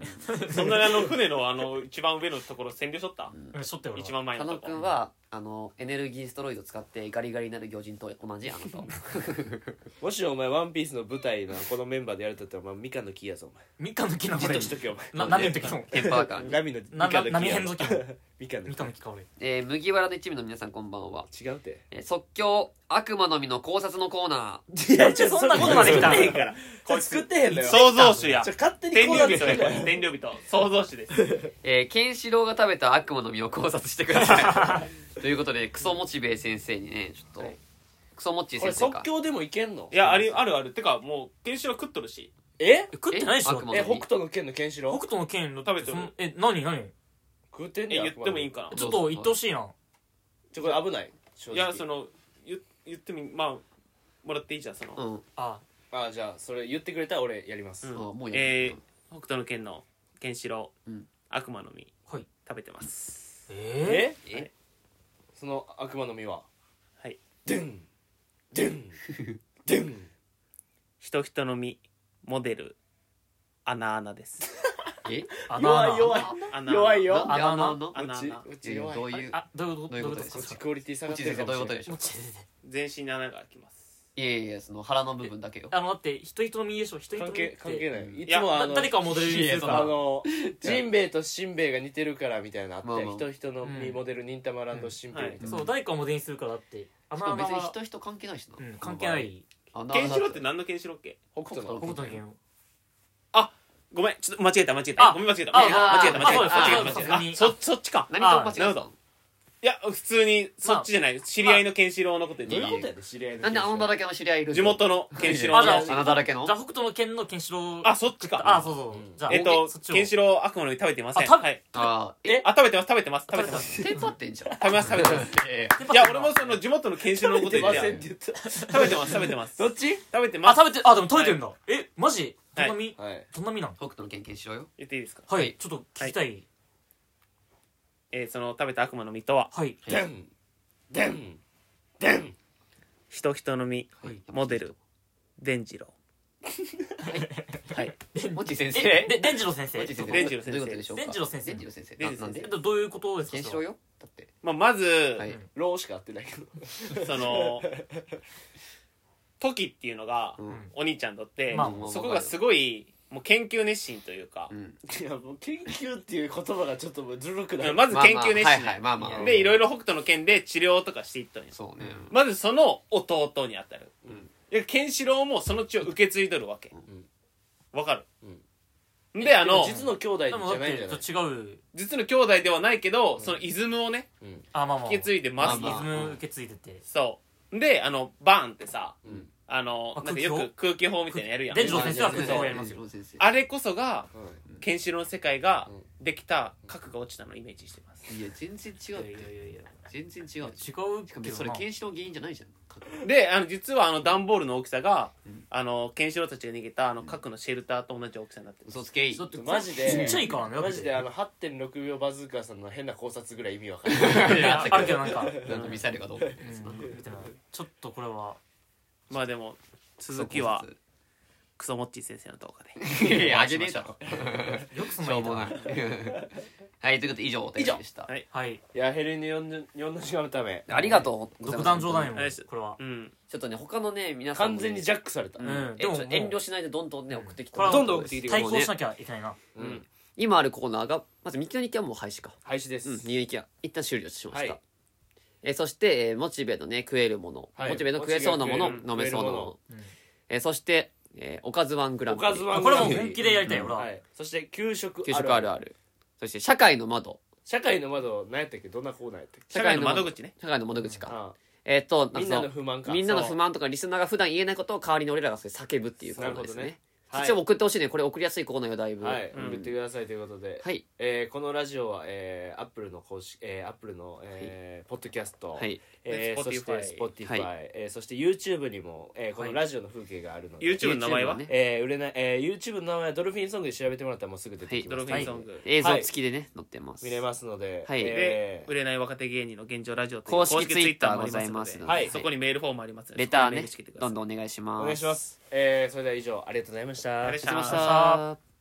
Speaker 4: そんなにあの船のあの一番上のところ占領しとった
Speaker 3: うんしょって俺
Speaker 4: 一番前
Speaker 2: 佐
Speaker 4: の
Speaker 2: 野
Speaker 4: とこ
Speaker 2: くんはあのエネルギーストロイド使ってガリガリになる魚人と同じあのと
Speaker 1: もしお前ワンピースの舞台のこのメンバーでやるとったらお前ミカの木やぞお
Speaker 3: 三日の木の
Speaker 1: 前じっ
Speaker 3: 俺
Speaker 1: としとけよお
Speaker 3: な何の時も
Speaker 2: テンパーカーに、
Speaker 1: 前ラミのミ
Speaker 3: な
Speaker 1: カの木や
Speaker 3: 何編の時も
Speaker 1: ミカの
Speaker 3: 三
Speaker 1: 木
Speaker 3: 日の木か俺
Speaker 2: えー麦わらの一味の皆さんこんばんは、
Speaker 1: 違うて
Speaker 2: えー即興悪魔の実の考察のコーナ
Speaker 1: いや
Speaker 3: ちょそんなことまで来た
Speaker 1: 作ってへんからこれ作ってへんのよ
Speaker 4: 創造主や
Speaker 1: ちょ勝手に
Speaker 4: 天
Speaker 1: こう
Speaker 4: 領
Speaker 1: なって
Speaker 4: 人
Speaker 1: る
Speaker 4: やこれ天領人創造主です
Speaker 2: ー、えー、ケンシロウが食べた悪魔の実を考察してくださいということでクソモチベイ先生にねちょっと、
Speaker 1: はい
Speaker 2: クソモッチー
Speaker 1: これ
Speaker 2: 先生か
Speaker 1: 即興でもいけんの
Speaker 4: いやありあるあるてかもうケンシロウ食っとるし
Speaker 1: え
Speaker 3: 食ってないでし
Speaker 2: え悪
Speaker 3: ょ
Speaker 2: 魔
Speaker 1: え北斗の剣のケンシロ
Speaker 3: 北
Speaker 1: ウ
Speaker 3: 斗の剣の
Speaker 4: 食べて
Speaker 3: そ
Speaker 4: る
Speaker 3: のえ何何
Speaker 1: 食ってんね
Speaker 4: え
Speaker 1: や
Speaker 4: 言ってもいいんか
Speaker 3: ちょっと言ってほしいな
Speaker 1: ちょこれ危ない正
Speaker 4: な
Speaker 1: 直
Speaker 4: いやその言言ってもいいまあもらっていいじゃんその、
Speaker 2: うん、
Speaker 3: あ
Speaker 1: あじゃあそれ言ってくれたら俺やります、
Speaker 4: うん
Speaker 2: あもうやる、
Speaker 4: えー、北斗の剣のケンシロウ、
Speaker 2: うん
Speaker 4: 悪魔の実
Speaker 3: はい
Speaker 4: 食べてます
Speaker 3: え
Speaker 1: え
Speaker 2: え
Speaker 1: その悪魔の実は
Speaker 4: はい
Speaker 1: でんでんでん
Speaker 4: 人人の実モデル穴穴です
Speaker 3: ー
Speaker 2: え
Speaker 1: 弱い
Speaker 3: 穴穴
Speaker 1: 弱い
Speaker 4: 穴
Speaker 1: 弱いよ
Speaker 2: な
Speaker 3: 穴
Speaker 2: なな
Speaker 1: こっ
Speaker 4: 穴
Speaker 1: ち
Speaker 4: 穴
Speaker 1: こっ
Speaker 2: え
Speaker 1: ち
Speaker 2: ー
Speaker 1: 弱い
Speaker 2: どう
Speaker 1: こ
Speaker 2: いう
Speaker 3: あどういうこと
Speaker 2: どういうこと
Speaker 3: ですか
Speaker 2: です
Speaker 1: っちクオリティ下が
Speaker 2: モ
Speaker 1: っ
Speaker 2: ッチ
Speaker 1: て
Speaker 2: ー
Speaker 1: る
Speaker 2: 先生
Speaker 1: か
Speaker 2: どう
Speaker 1: も
Speaker 2: いう
Speaker 1: し
Speaker 2: こと
Speaker 1: れない
Speaker 2: でしょう
Speaker 4: 全身に穴が開きます
Speaker 2: いやいやその腹の部分だけよ
Speaker 3: あのだって人々の身でしょ人々の
Speaker 1: 関
Speaker 3: 身
Speaker 1: 係
Speaker 3: って
Speaker 1: 関係ない
Speaker 2: うん
Speaker 1: い
Speaker 4: い
Speaker 1: つ
Speaker 4: や
Speaker 1: もあ
Speaker 3: だ
Speaker 1: の
Speaker 3: 誰かをモデルにす
Speaker 2: いや
Speaker 3: る
Speaker 2: そ
Speaker 3: か
Speaker 2: んな
Speaker 3: ら
Speaker 1: あのジンベエとシンベエが似てるからみたいなのあっ
Speaker 2: まあ
Speaker 1: て
Speaker 2: まあ
Speaker 1: 人人の
Speaker 3: うん
Speaker 1: 実モデル忍たまランドシンベエみたいな
Speaker 3: そう誰かをモデルにするからだって
Speaker 2: し
Speaker 3: 穴
Speaker 2: かも
Speaker 3: 穴
Speaker 2: 別に
Speaker 3: は
Speaker 2: 人人関係ないしな、
Speaker 3: うん関係ない
Speaker 2: あな
Speaker 4: ケンシロウって何のケンシロウっけ
Speaker 1: 北斗の
Speaker 3: 北斗の剣を
Speaker 4: ごめんちょっと間違えた間違えた
Speaker 3: あ
Speaker 4: ごめん間違えた
Speaker 3: あ
Speaker 4: 間違えた間違えた
Speaker 2: あ
Speaker 4: 間違え
Speaker 2: あ
Speaker 4: た間違
Speaker 3: そう
Speaker 4: え
Speaker 3: ですね
Speaker 4: たそそっちか
Speaker 2: 何と間違えた
Speaker 4: あなるほ
Speaker 2: の
Speaker 4: いや普通にそっちじゃない知り合いのケンシロウのこと言って
Speaker 1: どういう
Speaker 4: た
Speaker 1: ことやで知り合いの
Speaker 2: なんであのだらけの知り合いいるの
Speaker 4: 地元のケンシロウ
Speaker 3: あじゃ
Speaker 4: の
Speaker 3: あ
Speaker 2: 穴だらけの
Speaker 3: じゃあ北斗の剣のケンシロウ
Speaker 4: あそっちか
Speaker 3: あそうそうじゃあ
Speaker 4: えっと
Speaker 3: そちを
Speaker 4: ケンシロウ悪魔の実食べてません
Speaker 3: あ食べ
Speaker 4: はい
Speaker 2: あーえ
Speaker 3: え
Speaker 4: あ食べてます食べてます食べてます
Speaker 3: 食
Speaker 2: テンパってんじゃん
Speaker 4: 食べ ます食べてます
Speaker 2: え
Speaker 4: いや俺もその地元のケンシロウのこと
Speaker 1: 出
Speaker 4: 言っ
Speaker 1: ま
Speaker 4: て
Speaker 1: せんったて言った
Speaker 4: 食べてます食べて ます
Speaker 1: どっち
Speaker 4: 食べてま
Speaker 3: あ
Speaker 4: す
Speaker 3: 食べてあでも食べてるんだえマジどんな身
Speaker 1: はい
Speaker 3: どんな身なの
Speaker 2: 北斗の研究しろよ
Speaker 4: 言っていいですか
Speaker 3: は
Speaker 2: はいい
Speaker 3: ちょっと聞きたい
Speaker 4: えーその食べた悪魔の実とは
Speaker 3: はい
Speaker 1: でんでんでん
Speaker 4: 人人の実
Speaker 3: はい
Speaker 4: モデル伝次郎はい
Speaker 2: モッチー先生
Speaker 3: えで伝次郎先生
Speaker 2: モッチー先生
Speaker 4: 伝次郎
Speaker 2: どうい
Speaker 4: 先生
Speaker 2: うことでしょうか
Speaker 3: 伝次郎先生
Speaker 2: 伝次郎先生
Speaker 4: 伝
Speaker 2: な
Speaker 4: 次郎
Speaker 2: なん
Speaker 4: 先生
Speaker 2: で
Speaker 3: えっとどういうことですか
Speaker 2: 研修よだって
Speaker 4: まあまず
Speaker 2: はい
Speaker 1: ローしか合ってないけど
Speaker 4: そ の時っていうのが
Speaker 2: うん
Speaker 4: お兄ちゃんにとって
Speaker 3: まあ
Speaker 4: そこがすごいもう研究熱心というか
Speaker 2: うん
Speaker 1: いやもう研究っていう言葉がちょっともうずるくない
Speaker 4: まず研究熱
Speaker 2: まあまあはいはいまあま
Speaker 4: 心
Speaker 2: あ
Speaker 4: でいろい
Speaker 2: ろ
Speaker 4: ろ北斗の剣で治療とかしていったんや
Speaker 2: そうね
Speaker 4: まずその弟にあたる
Speaker 1: うん
Speaker 4: でケンシロウもその血を受け継いどるわけ
Speaker 1: ん
Speaker 4: わかる
Speaker 1: え
Speaker 4: であ
Speaker 1: でも
Speaker 4: の
Speaker 1: 実の兄弟じ
Speaker 3: でもだ
Speaker 1: ゃ
Speaker 3: っ
Speaker 1: ないんじ
Speaker 3: て
Speaker 1: ゃない
Speaker 3: ちょっと違う
Speaker 4: 実の兄弟ではないけどそのイズムをね
Speaker 3: あまあまあ
Speaker 4: 引き継いでます
Speaker 2: まあまあ
Speaker 3: リズム受け継いでて
Speaker 4: そうであのバーンってさ
Speaker 1: うん
Speaker 4: あの
Speaker 3: あ
Speaker 4: なん
Speaker 3: 空
Speaker 4: か
Speaker 3: 気
Speaker 4: よ
Speaker 3: 砲
Speaker 4: く空気砲みたいなのやるやん
Speaker 3: 伝次郎先生は
Speaker 2: 伝
Speaker 3: 空
Speaker 2: 次
Speaker 3: 気砲
Speaker 2: 郎
Speaker 3: やりますよ
Speaker 2: 先生
Speaker 4: あれこそが
Speaker 1: うん
Speaker 4: ケンシロウの世界ができた核が落ちたのをイメージしてます
Speaker 2: いや全然違うって
Speaker 3: やいや
Speaker 2: 全然違う
Speaker 3: 違う
Speaker 2: し
Speaker 3: け
Speaker 2: か
Speaker 3: ど
Speaker 2: も
Speaker 3: な
Speaker 2: それ検視の原因じゃないじゃん
Speaker 4: であの実はあの段ボールの大きさが
Speaker 2: うん
Speaker 4: あのケンシロウたちが逃げたあの核のシェルターと同じ大きさになってる
Speaker 2: 嘘つけい
Speaker 3: だって
Speaker 1: マジで
Speaker 3: ちっちゃいからねだって
Speaker 1: マジであの8.6秒バズーカーさんの変な考察ぐらい意味わかんない
Speaker 3: いやあるけどなんか
Speaker 2: なんかミサイルかどうか
Speaker 3: うんみたいなちょっとこれは
Speaker 4: まあでも続きはクソモッチー先生の動画 で
Speaker 2: いやいやあげねえだろ
Speaker 3: よくそん
Speaker 2: し
Speaker 3: な
Speaker 2: ょ
Speaker 3: に
Speaker 2: うもないはいということで以上お便りでした
Speaker 4: はい
Speaker 3: はい
Speaker 1: いやヘレニ4の時間のため
Speaker 2: ありがとうござい
Speaker 3: 独
Speaker 2: ます
Speaker 3: 断上だねも
Speaker 4: あれ
Speaker 3: う
Speaker 4: です
Speaker 3: これは
Speaker 4: うん
Speaker 2: ちょっとね他のね皆さ
Speaker 1: 完
Speaker 2: んもね
Speaker 1: 全にジャックされた
Speaker 2: うん
Speaker 3: うん
Speaker 2: え
Speaker 3: でも
Speaker 2: ちょっと遠慮しないでどんどんね送ってきて
Speaker 3: これは
Speaker 1: どんどん送ってきてくださ
Speaker 3: 対
Speaker 1: い
Speaker 3: 抗しなきゃいけないな
Speaker 1: うん
Speaker 2: 今あるコーナーがまず三木の日記はもう廃止か
Speaker 1: 廃止で
Speaker 2: うん
Speaker 1: す
Speaker 2: 三木の日記は一旦終了しま
Speaker 1: は
Speaker 2: した
Speaker 1: い
Speaker 2: えーそしてえーモチベのね食えるもの
Speaker 1: はい
Speaker 2: モチベの食えそうなもの
Speaker 1: モチベ
Speaker 2: 飲めそうなもの
Speaker 3: うん
Speaker 2: えーそしてえーおかずワングランプリ
Speaker 1: おかずワン
Speaker 3: あこれはもう本気でやりたい俺は
Speaker 1: はいそして給食
Speaker 2: 給
Speaker 1: あ
Speaker 2: 食
Speaker 1: る
Speaker 2: あ
Speaker 1: あ
Speaker 2: る
Speaker 1: る
Speaker 2: あるそして社会の窓
Speaker 1: 社会の窓何やったっけどんなコーナーやったっけ
Speaker 4: 社会の窓口ね
Speaker 2: 社会の窓口か、
Speaker 1: あ
Speaker 2: えっと
Speaker 1: あ
Speaker 2: な
Speaker 1: み
Speaker 2: か
Speaker 1: んな
Speaker 2: そ
Speaker 1: の不満か
Speaker 2: みんなの不
Speaker 1: そう
Speaker 2: 満とかリスナーが普段言えないことを代わりに俺らがそれ叫ぶっていうコーナーです
Speaker 1: なるほど
Speaker 2: ね
Speaker 1: ねはい
Speaker 2: 一応送ってほしいねこれ送りやすいコーナーよだいぶ
Speaker 1: はい、
Speaker 4: うん
Speaker 1: 送ってくださいということで、
Speaker 2: はい
Speaker 1: えーこのラジオは、えー、アップルの公式、えー、アップルの、えーポッドキャスト、
Speaker 2: はい
Speaker 1: えー、そして
Speaker 4: Spotify
Speaker 1: Spotify、
Speaker 2: は
Speaker 1: えーそして YouTube にも、えーこのラジオの風景があるので、
Speaker 4: YouTube の名前は
Speaker 2: YouTube ね
Speaker 1: えー売れない、えー、YouTube の名前はドルフィンソングで調べてもらったらもうすぐ出てき
Speaker 4: ド
Speaker 1: ま
Speaker 4: ル
Speaker 1: す、
Speaker 4: フィンソング、
Speaker 2: 映像付きでね、載ってます
Speaker 1: 見れますので、
Speaker 2: はい
Speaker 1: え
Speaker 4: で
Speaker 1: ー
Speaker 4: 売れない若手芸人の現状ラジオという
Speaker 2: 公式
Speaker 4: ツイッターもあ
Speaker 2: Twitter
Speaker 4: ります
Speaker 2: ございまの
Speaker 4: のです
Speaker 1: ではい
Speaker 4: そこにメールフォームありますので
Speaker 2: レター
Speaker 4: そこにメ
Speaker 2: ね
Speaker 4: ルしてきてくださ
Speaker 2: ど
Speaker 4: い
Speaker 2: んどんお願いします
Speaker 1: お願いします、えーそれでは以上ありがとうございました
Speaker 4: ありがとうございまし
Speaker 2: あ
Speaker 4: た
Speaker 2: りがとうございました